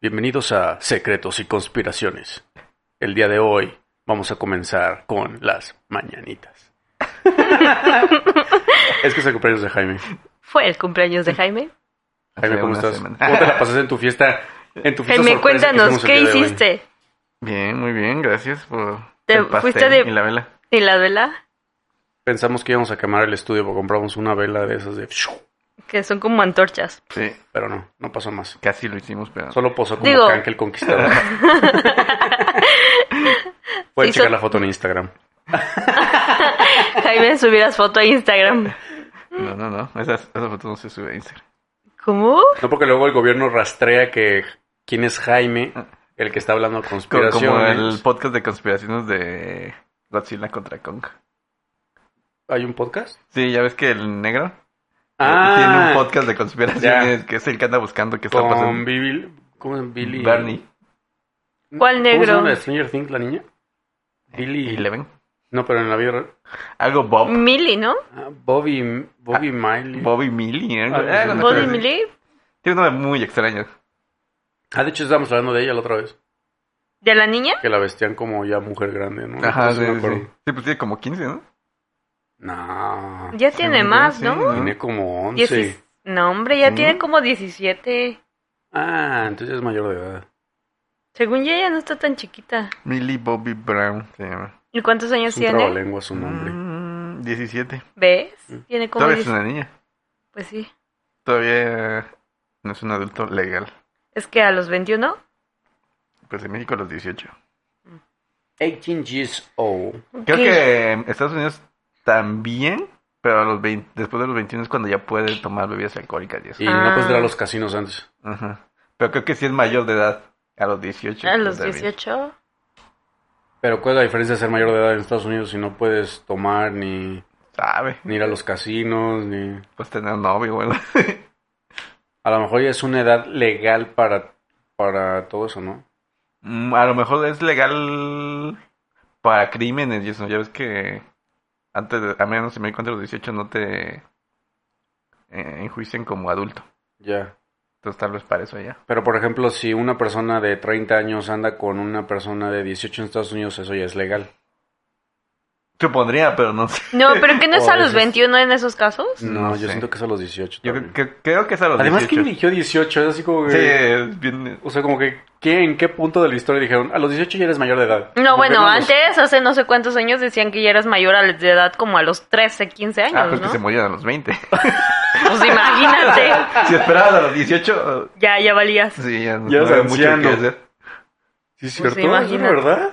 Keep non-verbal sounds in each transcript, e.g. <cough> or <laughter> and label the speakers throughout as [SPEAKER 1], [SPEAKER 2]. [SPEAKER 1] Bienvenidos a Secretos y Conspiraciones. El día de hoy vamos a comenzar con las
[SPEAKER 2] <laughs>
[SPEAKER 1] mañanitas. es que es el cumpleaños de Jaime.
[SPEAKER 2] Fue el cumpleaños
[SPEAKER 1] Mm.
[SPEAKER 2] de Jaime.
[SPEAKER 1] Jaime,
[SPEAKER 3] Hace
[SPEAKER 1] ¿cómo
[SPEAKER 3] una
[SPEAKER 1] estás?
[SPEAKER 3] semana. Ah,
[SPEAKER 1] ¿Cómo te la pasas en tu fiesta? En tu fiesta sorpresa
[SPEAKER 2] Jaime,
[SPEAKER 1] que
[SPEAKER 2] cuéntanos,
[SPEAKER 1] hicimos el
[SPEAKER 2] ¿qué
[SPEAKER 1] día de hoy?
[SPEAKER 2] hiciste?
[SPEAKER 3] Bien, muy bien, gracias por
[SPEAKER 2] Te
[SPEAKER 3] el pastel
[SPEAKER 2] fuiste de-
[SPEAKER 3] y la vela.
[SPEAKER 2] ¿Y la vela?
[SPEAKER 1] Pensamos que íbamos a quemar el estudio porque compramos una vela de esas de...
[SPEAKER 2] Que son como antorchas.
[SPEAKER 3] Sí,
[SPEAKER 1] Pero no, no pasó más.
[SPEAKER 3] casi lo hicimos, pero
[SPEAKER 1] Solo posó como
[SPEAKER 2] Digo-
[SPEAKER 1] Kank el
[SPEAKER 2] <laughs>
[SPEAKER 1] Conquistador. Pueden
[SPEAKER 2] Hizo-
[SPEAKER 1] checar la foto en Instagram.
[SPEAKER 2] Jaime, <laughs> subirás foto a Instagram.
[SPEAKER 3] no, no, no, esa, esa foto no se sube a Instagram.
[SPEAKER 2] ¿Cómo?
[SPEAKER 1] No porque luego el gobierno rastrea que quién es Jaime, el que está hablando de
[SPEAKER 3] Co- Ah. Como,
[SPEAKER 1] conspiraciones.
[SPEAKER 3] el podcast de conspiraciones de Godzilla contra Kong.
[SPEAKER 1] ¿Hay un podcast?
[SPEAKER 3] Sí, ya ves que el negro eh,
[SPEAKER 1] Ah,
[SPEAKER 3] tiene un podcast de conspiraciones que es el que anda buscando que está
[SPEAKER 1] con
[SPEAKER 3] pasando.
[SPEAKER 1] Bill, ¿cómo es Billy?
[SPEAKER 3] Barney
[SPEAKER 2] ¿Cuál negro?
[SPEAKER 1] ¿Cómo se llama la de Stranger Things, la niña? Billy.
[SPEAKER 3] Eh, y Leven.
[SPEAKER 1] No, pero en la vida real.
[SPEAKER 3] Algo
[SPEAKER 1] Oh.
[SPEAKER 3] Bob,
[SPEAKER 2] Millie, ¿no?
[SPEAKER 1] Ah, Bobby,
[SPEAKER 3] Ah,
[SPEAKER 1] Bobby Miley.
[SPEAKER 3] Bobby Millie. algo-
[SPEAKER 1] Ah,
[SPEAKER 3] algo
[SPEAKER 1] sí, sí.
[SPEAKER 3] no
[SPEAKER 2] ¿Vos
[SPEAKER 3] sé.
[SPEAKER 2] y Millie?
[SPEAKER 3] Tiene una muy extraña.
[SPEAKER 1] Ah, de hecho estábamos hablando de ella la otra vez.
[SPEAKER 2] ¿De la niña?
[SPEAKER 1] Que la vestían como ya mujer grande, ¿no?
[SPEAKER 3] Ajá,
[SPEAKER 1] Entonces, no
[SPEAKER 3] sí, sí,
[SPEAKER 1] me
[SPEAKER 3] sí.
[SPEAKER 1] acuerdo.
[SPEAKER 3] Sí, pues tiene como 15, ¿no?
[SPEAKER 1] No.
[SPEAKER 2] Ya tiene
[SPEAKER 3] Según yo,
[SPEAKER 2] más,
[SPEAKER 3] sí,
[SPEAKER 2] ¿no?
[SPEAKER 1] Tiene como 11.
[SPEAKER 2] Diecis- No, hombre, ya
[SPEAKER 1] Mm.
[SPEAKER 3] ¿Sí?
[SPEAKER 2] tiene como 17.
[SPEAKER 1] Ah, entonces es mayor de edad.
[SPEAKER 2] Según yo, ella no está tan chiquita.
[SPEAKER 3] Millie Bobby Brown se llama.
[SPEAKER 2] ¿Y cuántos años
[SPEAKER 1] Es un
[SPEAKER 2] tiene?
[SPEAKER 1] trabalengua su nombre.
[SPEAKER 3] Mm, 17.
[SPEAKER 2] ¿Ves?
[SPEAKER 1] Mm.
[SPEAKER 2] Tiene como
[SPEAKER 3] Todavía es
[SPEAKER 2] 17.
[SPEAKER 3] una niña.
[SPEAKER 2] Pues sí.
[SPEAKER 3] Todavía no es un adulto legal.
[SPEAKER 2] Es que a los 21.
[SPEAKER 3] Pues en México a los 18.
[SPEAKER 1] 18 years old.
[SPEAKER 3] Creo
[SPEAKER 2] ¿qué?
[SPEAKER 3] que en Estados Unidos también, pero a los 20 después de los 21 es cuando ya puede tomar bebidas alcohólicas y eso.
[SPEAKER 1] Y
[SPEAKER 2] Ah.
[SPEAKER 1] no puedes ir a los casinos antes.
[SPEAKER 3] Ajá. Pero creo que sí es mayor de edad. A los 18.
[SPEAKER 2] A los
[SPEAKER 3] todavía.
[SPEAKER 2] 18.
[SPEAKER 1] Pero ¿cuál es la diferencia de ser mayor de edad en Estados Unidos si no puedes tomar ni,
[SPEAKER 3] Sabe.
[SPEAKER 1] ni ir a los casinos? ni
[SPEAKER 3] Pues tener un novio, güey.
[SPEAKER 1] A lo mejor ya es una edad legal para, para todo eso, ¿no?
[SPEAKER 3] Mm, A lo mejor es legal para crímenes y eso. Ya ves que antes, de- a menos si me encuentro los 18, no te eh, enjuician como adulto.
[SPEAKER 1] Ya.
[SPEAKER 3] Entonces tal vez para eso ya.
[SPEAKER 1] Pero por ejemplo, si una persona de 30 años anda con una persona de 18 en Estados Unidos, eso ya es legal.
[SPEAKER 3] Supondría, pero no sé.
[SPEAKER 2] No, pero que no es
[SPEAKER 1] O
[SPEAKER 2] a
[SPEAKER 1] a veces-
[SPEAKER 2] los 21 en esos casos.
[SPEAKER 1] No,
[SPEAKER 3] No
[SPEAKER 1] yo
[SPEAKER 3] sé.
[SPEAKER 1] siento que es a los 18.
[SPEAKER 3] Yo
[SPEAKER 1] también.
[SPEAKER 3] creo que- creo que es a los
[SPEAKER 1] Además, ¿quién
[SPEAKER 3] 18.
[SPEAKER 1] eligió 18? Es así como que...
[SPEAKER 3] Sí, es bien- ah,
[SPEAKER 1] O sea, como que ¿qué, ¿en qué punto de la historia dijeron? A los 18 ya eres mayor de edad.
[SPEAKER 2] No,
[SPEAKER 1] Como que
[SPEAKER 2] bueno,
[SPEAKER 1] los-
[SPEAKER 2] antes, hace no sé cuántos años, decían que ya eras mayor a la- de edad como a los 13, 15 años,
[SPEAKER 3] Ah, pues
[SPEAKER 2] ¿no?
[SPEAKER 3] que se morían a los 20.
[SPEAKER 2] Pues imagínate.
[SPEAKER 3] <laughs> si esperabas a los 18,
[SPEAKER 2] Ya, ya valías.
[SPEAKER 3] sí, ya no
[SPEAKER 1] Ya
[SPEAKER 3] había
[SPEAKER 1] eres
[SPEAKER 3] mucho que
[SPEAKER 1] anciano.
[SPEAKER 3] hacer.
[SPEAKER 1] Sí, es
[SPEAKER 2] Pues
[SPEAKER 1] cierto,
[SPEAKER 2] sí,
[SPEAKER 1] ¿Eso es
[SPEAKER 2] imagínate.
[SPEAKER 1] verdad.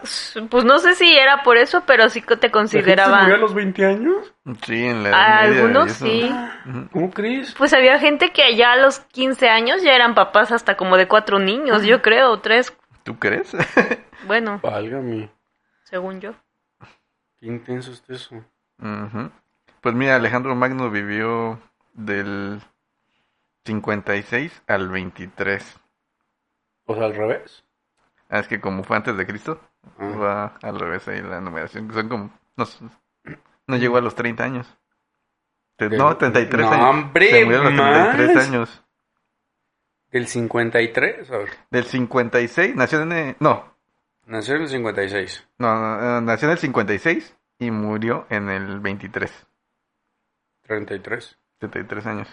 [SPEAKER 2] Pues no sé si era por eso, pero sí que te
[SPEAKER 1] ¿La gente se murió a
[SPEAKER 2] consideraban.
[SPEAKER 1] los 20 años?
[SPEAKER 3] Sí, en la Edad
[SPEAKER 2] Ah,
[SPEAKER 3] Media y
[SPEAKER 2] algunos
[SPEAKER 3] eso.
[SPEAKER 2] sí.
[SPEAKER 3] Ujú.
[SPEAKER 1] ¿Cómo crees?
[SPEAKER 2] Pues había gente que allá a los 15 años ya eran papás hasta como de cuatro niños, yo creo, tres,
[SPEAKER 3] ¿Tú crees? <laughs>
[SPEAKER 2] bueno,
[SPEAKER 1] Válgame.
[SPEAKER 2] según yo.
[SPEAKER 1] Qué intenso es eso.
[SPEAKER 3] Ujú. Pues mira, Alejandro Magno vivió del 56 al 23.
[SPEAKER 1] O sea, al revés.
[SPEAKER 3] Ah, es que como fue antes de Cristo,
[SPEAKER 1] Ah.
[SPEAKER 3] va al revés ahí la numeración. que Son como... No, s- no llegó a los 30 años. Te-
[SPEAKER 1] Del-
[SPEAKER 3] No, 33
[SPEAKER 1] no,
[SPEAKER 3] años.
[SPEAKER 1] hombre,
[SPEAKER 3] Se murió a los
[SPEAKER 1] más.
[SPEAKER 3] 33 años.
[SPEAKER 1] Del 53, a ver,
[SPEAKER 3] Del 56, nació en... eh, No,
[SPEAKER 1] nació en el 56.
[SPEAKER 3] no, no, eh, nació en el 56 y murió en el 23.
[SPEAKER 1] 33.
[SPEAKER 3] 73 años.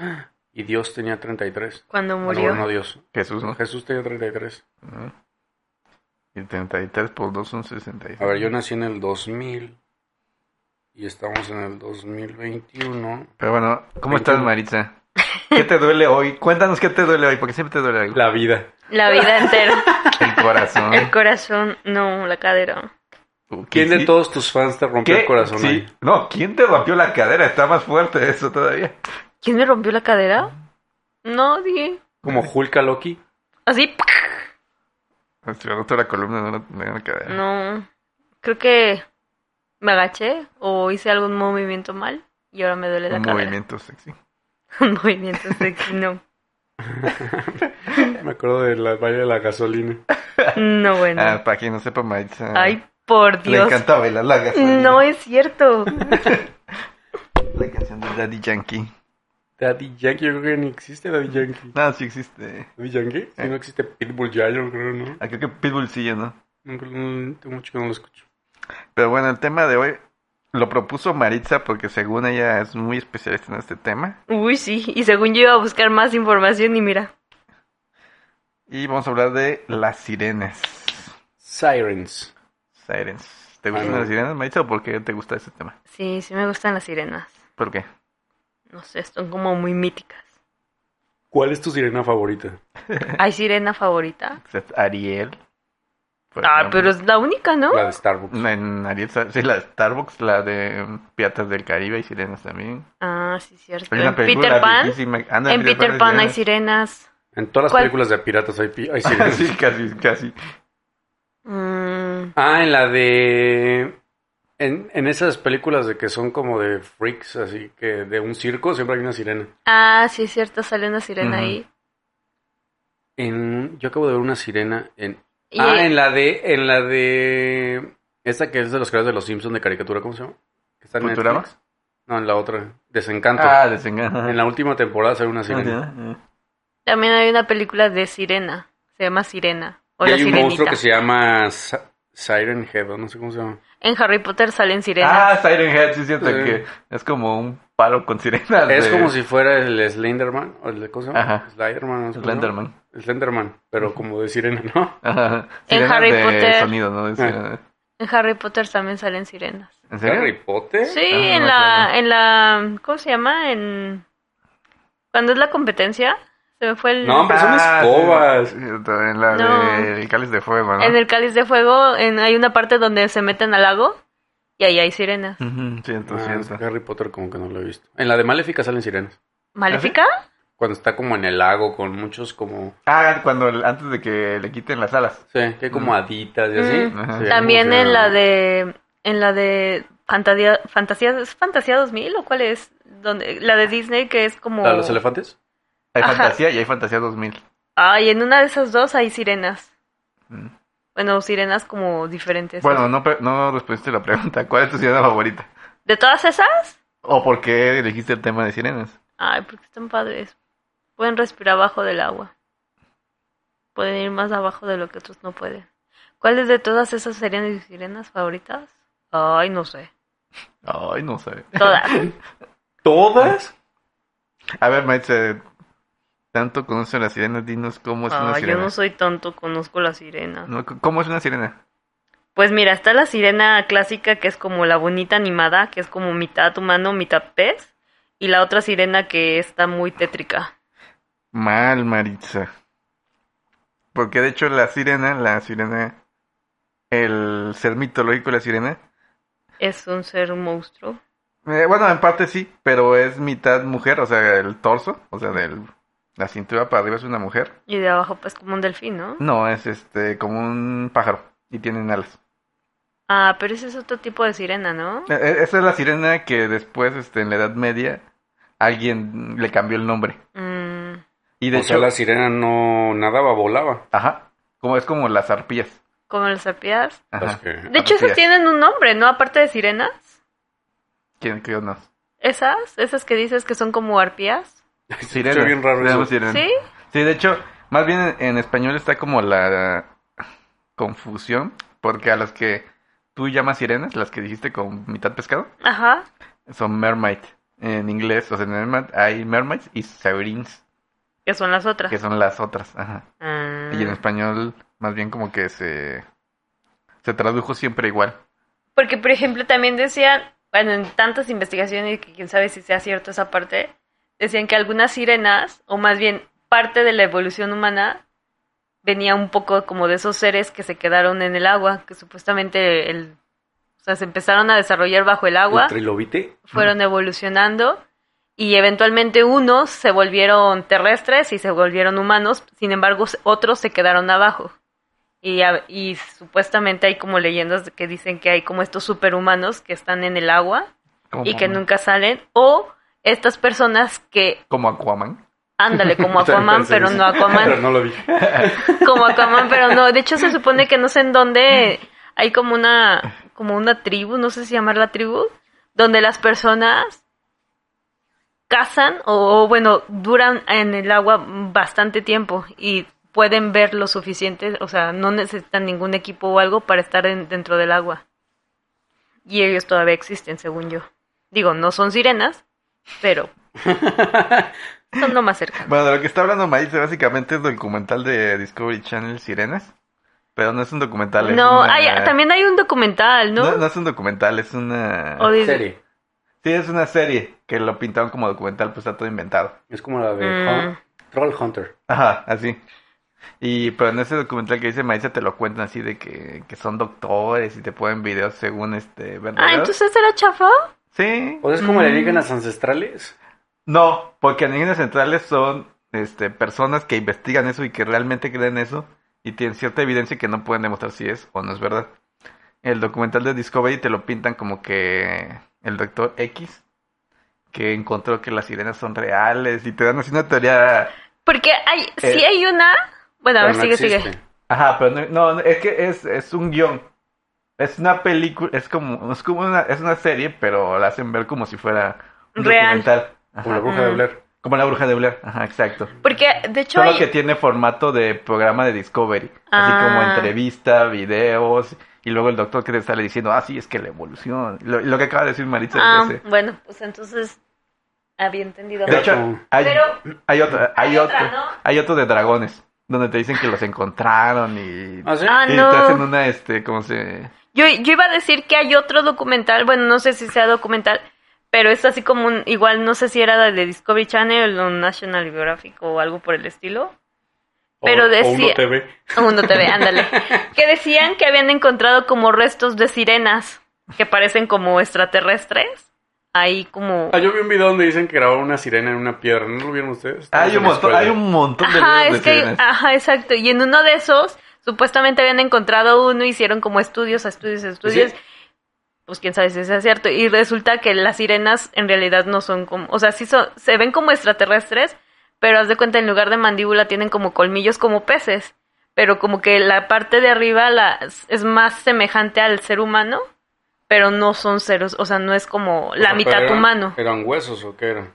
[SPEAKER 1] Y Dios tenía 33.
[SPEAKER 2] Cuando
[SPEAKER 1] Bueno,
[SPEAKER 2] murió.
[SPEAKER 1] bueno, no Dios.
[SPEAKER 3] Jesús, ¿no?
[SPEAKER 1] Jesús tenía 33.
[SPEAKER 3] Ujú. Y 33 por 2 son 66.
[SPEAKER 1] A ver, yo nací en el 2000. Y estamos en el 2021.
[SPEAKER 3] Pero bueno, ¿cómo
[SPEAKER 1] Veinte-
[SPEAKER 3] estás, Maritza? ¿Qué te duele hoy? Cuéntanos qué te duele hoy, porque siempre te duele algo.
[SPEAKER 1] La vida.
[SPEAKER 2] La vida entera.
[SPEAKER 3] El corazón.
[SPEAKER 2] El corazón, no, la cadera.
[SPEAKER 3] Uh,
[SPEAKER 1] ¿Quién
[SPEAKER 3] sí?
[SPEAKER 1] de todos tus fans te rompió
[SPEAKER 3] ¿Qué?
[SPEAKER 1] el corazón?
[SPEAKER 3] Sí.
[SPEAKER 1] ahí?
[SPEAKER 3] No, ¿quién te rompió la cadera? Está más fuerte eso todavía.
[SPEAKER 2] ¿Quién me rompió la cadera? No, dije.
[SPEAKER 1] Como Hulk a Loki.
[SPEAKER 2] Así,
[SPEAKER 3] Me estoy roto la columna de una, de una cadera.
[SPEAKER 2] No, creo que me agaché o hice algún movimiento mal y ahora me duele la
[SPEAKER 3] Un
[SPEAKER 2] cadera.
[SPEAKER 3] movimiento sexy.
[SPEAKER 2] <laughs> Un movimiento sexy, no.
[SPEAKER 1] Me acuerdo de la baile de la gasolina.
[SPEAKER 2] No, bueno.
[SPEAKER 3] Ah, para quien no sepa, Maritza.
[SPEAKER 2] Ay, por
[SPEAKER 3] le
[SPEAKER 2] Dios.
[SPEAKER 3] encanta bailar la gasolina.
[SPEAKER 2] No es cierto.
[SPEAKER 3] La canción de Daddy Yankee.
[SPEAKER 1] Daddy Yankee, yo creo que ni existe Daddy Yankee.
[SPEAKER 3] Nada, sí existe.
[SPEAKER 1] ¿Daddy Yankee? Si no existe Pitbull Giant, creo, ¿no?
[SPEAKER 3] Ah, creo que Pitbull sigue, ¿no?
[SPEAKER 1] Nunca, no, tengo mucho que no lo escucho.
[SPEAKER 3] Pero bueno, el tema de hoy lo propuso Maritza porque según ella es muy especialista en este tema.
[SPEAKER 2] Uy, sí. Y según yo iba a buscar más información y mira.
[SPEAKER 3] Y vamos a hablar de las sirenas.
[SPEAKER 1] Sirens.
[SPEAKER 3] Sirens. ¿Te gustan
[SPEAKER 1] Ah, no.
[SPEAKER 3] las sirenas, Maritza, o por qué te gusta este tema?
[SPEAKER 2] Sí, sí me gustan las sirenas.
[SPEAKER 3] ¿Por qué?
[SPEAKER 2] No sé, son como muy
[SPEAKER 3] <laughs>
[SPEAKER 2] míticas.
[SPEAKER 1] ¿Cuál es tu sirena favorita?
[SPEAKER 2] ¿Hay sirena favorita?
[SPEAKER 3] O sea, Ariel. por
[SPEAKER 2] Ah,
[SPEAKER 3] ejemplo.
[SPEAKER 2] pero es la única, ¿no?
[SPEAKER 1] La de Starbucks.
[SPEAKER 3] En Ariel, sa- sí, la de Starbucks, la de mm, Piratas del Caribe y sirenas también.
[SPEAKER 2] Ah, sí, cierto.
[SPEAKER 3] Hay una
[SPEAKER 2] En
[SPEAKER 3] película
[SPEAKER 2] Peter Pan.
[SPEAKER 3] viejísima- ah, no,
[SPEAKER 2] En Peter Pan hay sirenas.
[SPEAKER 1] En todas las
[SPEAKER 2] ¿Cuál?
[SPEAKER 1] películas de piratas hay, <laughs> pi- hay sirenas.
[SPEAKER 3] sirenas. sí, casi, casi.
[SPEAKER 2] Mm,
[SPEAKER 1] Ah, en la de... En, en esas películas de que son como de freaks, así que de un circo siempre hay una sirena.
[SPEAKER 2] Ah, sí, es cierto, sale una sirena
[SPEAKER 3] Ujú.
[SPEAKER 2] ahí.
[SPEAKER 1] En, yo acabo de ver una sirena en...
[SPEAKER 2] Y,
[SPEAKER 1] Ah, en la de... En la de... Esta que es de los creadores de Los Simpsons de caricatura, ¿cómo se llama? Que está en
[SPEAKER 3] ¿Futurama?
[SPEAKER 1] Netflix. No, en la otra. Desencanto.
[SPEAKER 3] Ah, desengaño.
[SPEAKER 1] En la última temporada sale una sirena.
[SPEAKER 2] También hay una película de sirena. Se llama Sirena. O
[SPEAKER 1] Y
[SPEAKER 2] la
[SPEAKER 1] hay un monstruo
[SPEAKER 2] sirenita.
[SPEAKER 1] que se llama Si- Siren Head, o no sé cómo se llama.
[SPEAKER 2] En Harry Potter salen sirenas.
[SPEAKER 3] Ah, Siren Head, sí, siento
[SPEAKER 1] Sí.
[SPEAKER 3] que es como un palo con sirenas.
[SPEAKER 1] Es
[SPEAKER 3] de
[SPEAKER 1] como si fuera el Slenderman, o el, ¿cómo se llama?
[SPEAKER 3] Ajá.
[SPEAKER 1] Slenderman, no sé cómo se llama.
[SPEAKER 3] Slenderman.
[SPEAKER 1] Slenderman, pero como de sirena, ¿no?
[SPEAKER 3] Ajá.
[SPEAKER 2] En
[SPEAKER 3] Sirenas
[SPEAKER 2] Harry
[SPEAKER 3] de
[SPEAKER 2] Potter.
[SPEAKER 3] sonido, ¿no?
[SPEAKER 1] Ah.
[SPEAKER 3] De sirenas.
[SPEAKER 2] En Harry Potter también salen sirenas.
[SPEAKER 3] ¿En serio?
[SPEAKER 1] ¿Harry Potter?
[SPEAKER 2] Sí,
[SPEAKER 3] Ah,
[SPEAKER 2] en
[SPEAKER 3] no,
[SPEAKER 2] la,
[SPEAKER 3] claro.
[SPEAKER 2] en la, ¿cómo se llama? En cuando es la competencia, se me fue el
[SPEAKER 1] No, hombre. Pero son
[SPEAKER 3] Ah,
[SPEAKER 1] escobas.
[SPEAKER 3] sí, En la
[SPEAKER 2] No.
[SPEAKER 3] de El Cáliz de Fuego, ¿no?
[SPEAKER 2] en el cáliz de fuego, en, hay una parte donde se meten al lago y ahí hay sirenas.
[SPEAKER 3] Ujú, Siento,
[SPEAKER 1] Ah, es
[SPEAKER 3] siento.
[SPEAKER 1] que Harry Potter como que no lo he visto. En la de Maléfica salen sirenas.
[SPEAKER 2] ¿Maléfica?
[SPEAKER 1] Cuando está como en el lago con muchos como...
[SPEAKER 3] Ah, cuando el- antes de que le quiten las alas.
[SPEAKER 1] Sí, que hay como
[SPEAKER 3] Mm.
[SPEAKER 1] haditas y así.
[SPEAKER 2] Mm.
[SPEAKER 3] Ajá.
[SPEAKER 1] Se ve
[SPEAKER 2] También
[SPEAKER 1] como
[SPEAKER 2] en
[SPEAKER 1] si-
[SPEAKER 2] la de en la de Fantasía Fantasía ¿es Fantasía 2000 o cuál es? Donde la de Disney que es como
[SPEAKER 1] ¿La de los elefantes?
[SPEAKER 3] Hay
[SPEAKER 2] Ajá.
[SPEAKER 3] fantasía y hay fantasía 2000.
[SPEAKER 2] Ay, en una de esas dos hay sirenas.
[SPEAKER 3] Mm.
[SPEAKER 2] Bueno, sirenas como diferentes.
[SPEAKER 3] Bueno, no, pre- no respondiste la pregunta. ¿Cuál es tu sirena favorita?
[SPEAKER 2] ¿De todas esas?
[SPEAKER 3] ¿O por qué elegiste el tema de sirenas?
[SPEAKER 2] Ay, porque están padres. Pueden respirar abajo del agua. Pueden ir más abajo de lo que otros no pueden. ¿Cuáles de todas esas serían mis sirenas favoritas? Ay, no sé.
[SPEAKER 3] Ay, no sé. <laughs>
[SPEAKER 2] Todas.
[SPEAKER 1] ¿Todas?
[SPEAKER 3] A ver, Maite, tanto conoces las sirenas, dinos cómo es una
[SPEAKER 2] Ay, Ah, yo
[SPEAKER 3] sirena.
[SPEAKER 2] no soy tonto, conozco las sirenas.
[SPEAKER 3] No, c- ¿Cómo es una sirena?
[SPEAKER 2] Pues mira, está la sirena clásica que es como la bonita animada, que es como mitad humano, mitad pez, y la otra sirena que está muy tétrica.
[SPEAKER 3] Mal, Maritza. Porque de hecho la sirena, la sirena, el ser mitológico de la sirena,
[SPEAKER 2] Es un ser un monstruo.
[SPEAKER 3] eh, bueno, en parte sí, pero es mitad mujer, o sea, el torso, o sea, del, la cintura para arriba es una mujer.
[SPEAKER 2] Y de abajo pues como un delfín, ¿no?
[SPEAKER 3] No, es este, como un pájaro y tienen alas.
[SPEAKER 2] Ah, pero ese es otro tipo de sirena, ¿no?
[SPEAKER 3] E- e- Esa es la sirena que después, este, en la Edad Media, alguien le cambió el nombre.
[SPEAKER 2] Mm,
[SPEAKER 3] Y de
[SPEAKER 1] o sea,
[SPEAKER 3] hecho,
[SPEAKER 1] la sirena no nadaba, volaba.
[SPEAKER 3] ajá, como es como las arpías.
[SPEAKER 2] como los sapías.
[SPEAKER 3] Ajá.
[SPEAKER 1] Las que-
[SPEAKER 2] De hecho,
[SPEAKER 3] Así
[SPEAKER 2] esas
[SPEAKER 3] es.
[SPEAKER 2] tienen un nombre, ¿no? Aparte de sirenas.
[SPEAKER 3] ¿Quién creo
[SPEAKER 1] <laughs>
[SPEAKER 3] no?
[SPEAKER 2] Esas, esas que dices que son como arpías.
[SPEAKER 3] Sirena.
[SPEAKER 1] Está bien raro
[SPEAKER 3] Le llaman
[SPEAKER 1] eso.
[SPEAKER 3] sirena.
[SPEAKER 2] ¿Sí?
[SPEAKER 3] Sí, de hecho, más bien en, en español está como la confusión, porque a las que tú llamas sirenas, las que dijiste con mitad pescado,
[SPEAKER 2] Ajá.
[SPEAKER 3] son mermaid. En inglés, o sea, en mermaid hay mermaids y saurines,
[SPEAKER 2] Que son las otras.
[SPEAKER 3] que son las otras. Ajá.
[SPEAKER 2] Ah,
[SPEAKER 3] Y en español, más bien como que se, se tradujo siempre igual.
[SPEAKER 2] Porque, por ejemplo, también decían, bueno, en tantas investigaciones, que quién sabe si sea cierto esa parte, decían que algunas sirenas, o más bien parte de la evolución humana, venía un poco como de esos seres que se quedaron en el agua, que supuestamente el, o sea, se empezaron a desarrollar bajo el agua,
[SPEAKER 1] ¿El trilobite?
[SPEAKER 2] fueron evolucionando y eventualmente unos se volvieron terrestres y se volvieron humanos, sin embargo s- otros se quedaron abajo. Y, a- y supuestamente hay como leyendas que dicen que hay como estos superhumanos que están en el agua
[SPEAKER 3] Como,
[SPEAKER 2] y que nunca salen, o estas personas que,
[SPEAKER 3] Como Aquaman.
[SPEAKER 1] <laughs>
[SPEAKER 2] ándale, como Aquaman, pero no
[SPEAKER 1] Pero
[SPEAKER 2] Aquaman,
[SPEAKER 1] no
[SPEAKER 2] <laughs>
[SPEAKER 1] lo dije.
[SPEAKER 2] como Aquaman, pero no. De hecho se supone que no sé en dónde hay como una, como una tribu, no sé si llamarla tribu, donde las personas cazan o, o, bueno, duran en el agua bastante tiempo y pueden ver lo suficiente, o sea, no necesitan ningún equipo o algo para estar en- dentro del agua. Y ellos todavía existen, según yo. Digo, no son sirenas, pero son lo más cercano.
[SPEAKER 3] Bueno, de lo que está hablando Maíz básicamente es documental de Discovery Channel Sirenas. Pero no es un documental. es
[SPEAKER 2] No,
[SPEAKER 3] una-
[SPEAKER 2] hay, también hay un documental, ¿no?
[SPEAKER 3] ¿no? no es un documental, es una.
[SPEAKER 2] O dice-
[SPEAKER 1] Serie.
[SPEAKER 3] Sí, es una serie que lo pintaron como documental, pues está todo inventado.
[SPEAKER 1] Es como la de
[SPEAKER 2] Mm.
[SPEAKER 1] Hun- Troll Hunter.
[SPEAKER 3] Ajá, así. Y pero en ese documental que dice Maísa te lo cuentan así de que, que son doctores y te ponen videos según este
[SPEAKER 2] Ah,
[SPEAKER 3] verdaderos.
[SPEAKER 2] entonces era chafa.
[SPEAKER 3] Sí.
[SPEAKER 1] O sea, es como
[SPEAKER 2] Mm.
[SPEAKER 1] alienígenas ancestrales.
[SPEAKER 3] No, porque alienígenas centrales son este personas que investigan eso y que realmente creen eso y tienen cierta evidencia que no pueden demostrar si es o no es verdad. El documental de Discovery te lo pintan como que el doctor X que encontró que las sirenas son reales y te dan así una teoría
[SPEAKER 2] Porque hay,
[SPEAKER 3] Eh,
[SPEAKER 2] sí hay una. Bueno, a
[SPEAKER 1] pero
[SPEAKER 2] ver,
[SPEAKER 1] no
[SPEAKER 2] sigue, sigue.
[SPEAKER 1] existe.
[SPEAKER 3] Ajá, pero no, no, no, es que es, es un guión. Es una película, es como, es como una, es una serie, pero la hacen ver como si fuera un
[SPEAKER 2] Real.
[SPEAKER 3] documental. Ajá,
[SPEAKER 1] Como la bruja de
[SPEAKER 2] Mm.
[SPEAKER 1] Blair.
[SPEAKER 3] como la bruja de Blair, ajá, exacto.
[SPEAKER 2] Porque, de hecho,
[SPEAKER 3] Solo
[SPEAKER 2] hay-
[SPEAKER 3] que tiene formato de programa de Discovery, así como
[SPEAKER 2] Ah.
[SPEAKER 3] entrevista, videos, y luego el doctor que te sale diciendo, ah, sí, es que la evolución, lo, lo que acaba de decir Maritza.
[SPEAKER 2] Ah,
[SPEAKER 3] de ese.
[SPEAKER 2] bueno, pues entonces había entendido.
[SPEAKER 3] De
[SPEAKER 1] Pero
[SPEAKER 3] hecho,
[SPEAKER 1] como-
[SPEAKER 3] hay,
[SPEAKER 2] Pero-
[SPEAKER 3] hay otro, hay,
[SPEAKER 2] hay otra,
[SPEAKER 3] otro,
[SPEAKER 2] ¿no?
[SPEAKER 3] hay otro de dragones, donde te dicen que los encontraron y...
[SPEAKER 1] ¿Ah, sí?
[SPEAKER 2] Ah,
[SPEAKER 3] y
[SPEAKER 2] no.
[SPEAKER 3] te hacen una, este, como se...
[SPEAKER 2] Yo, yo iba a decir que hay otro documental, bueno, no sé si sea documental, pero es así como un, igual no sé si era de Discovery Channel o National Geographic o algo por el estilo. Pero
[SPEAKER 1] o, O
[SPEAKER 2] decía-
[SPEAKER 1] uno TV.
[SPEAKER 2] Mundo
[SPEAKER 3] <laughs>
[SPEAKER 2] TV, ándale. Que decían que habían encontrado como restos de sirenas que parecen como extraterrestres. Ahí como...
[SPEAKER 1] Ah, yo vi un video donde dicen que grabaron una sirena en una piedra. ¿No lo vieron ustedes?
[SPEAKER 3] Ah, Hay un,
[SPEAKER 1] En la
[SPEAKER 3] montón,
[SPEAKER 1] escuela.
[SPEAKER 3] hay un montón de
[SPEAKER 2] Ajá,
[SPEAKER 3] videos
[SPEAKER 2] es
[SPEAKER 3] de
[SPEAKER 2] que,
[SPEAKER 3] sirenas.
[SPEAKER 2] ajá, exacto. Y en uno de esos, supuestamente habían encontrado uno, hicieron como estudios, estudios, estudios.
[SPEAKER 1] Sí.
[SPEAKER 2] Pues quién sabe si sea cierto. Y resulta que las sirenas en realidad no son como, o sea, sí son, se ven como extraterrestres, pero haz de cuenta en lugar de mandíbula tienen como colmillos como peces. Pero como que la parte de arriba la, es más semejante al ser humano, pero no son ceros, o sea, no es como
[SPEAKER 1] O
[SPEAKER 3] Pues
[SPEAKER 2] la
[SPEAKER 1] sea,
[SPEAKER 2] mitad
[SPEAKER 1] pero eran-
[SPEAKER 2] humano.
[SPEAKER 1] ¿Eran huesos o qué eran?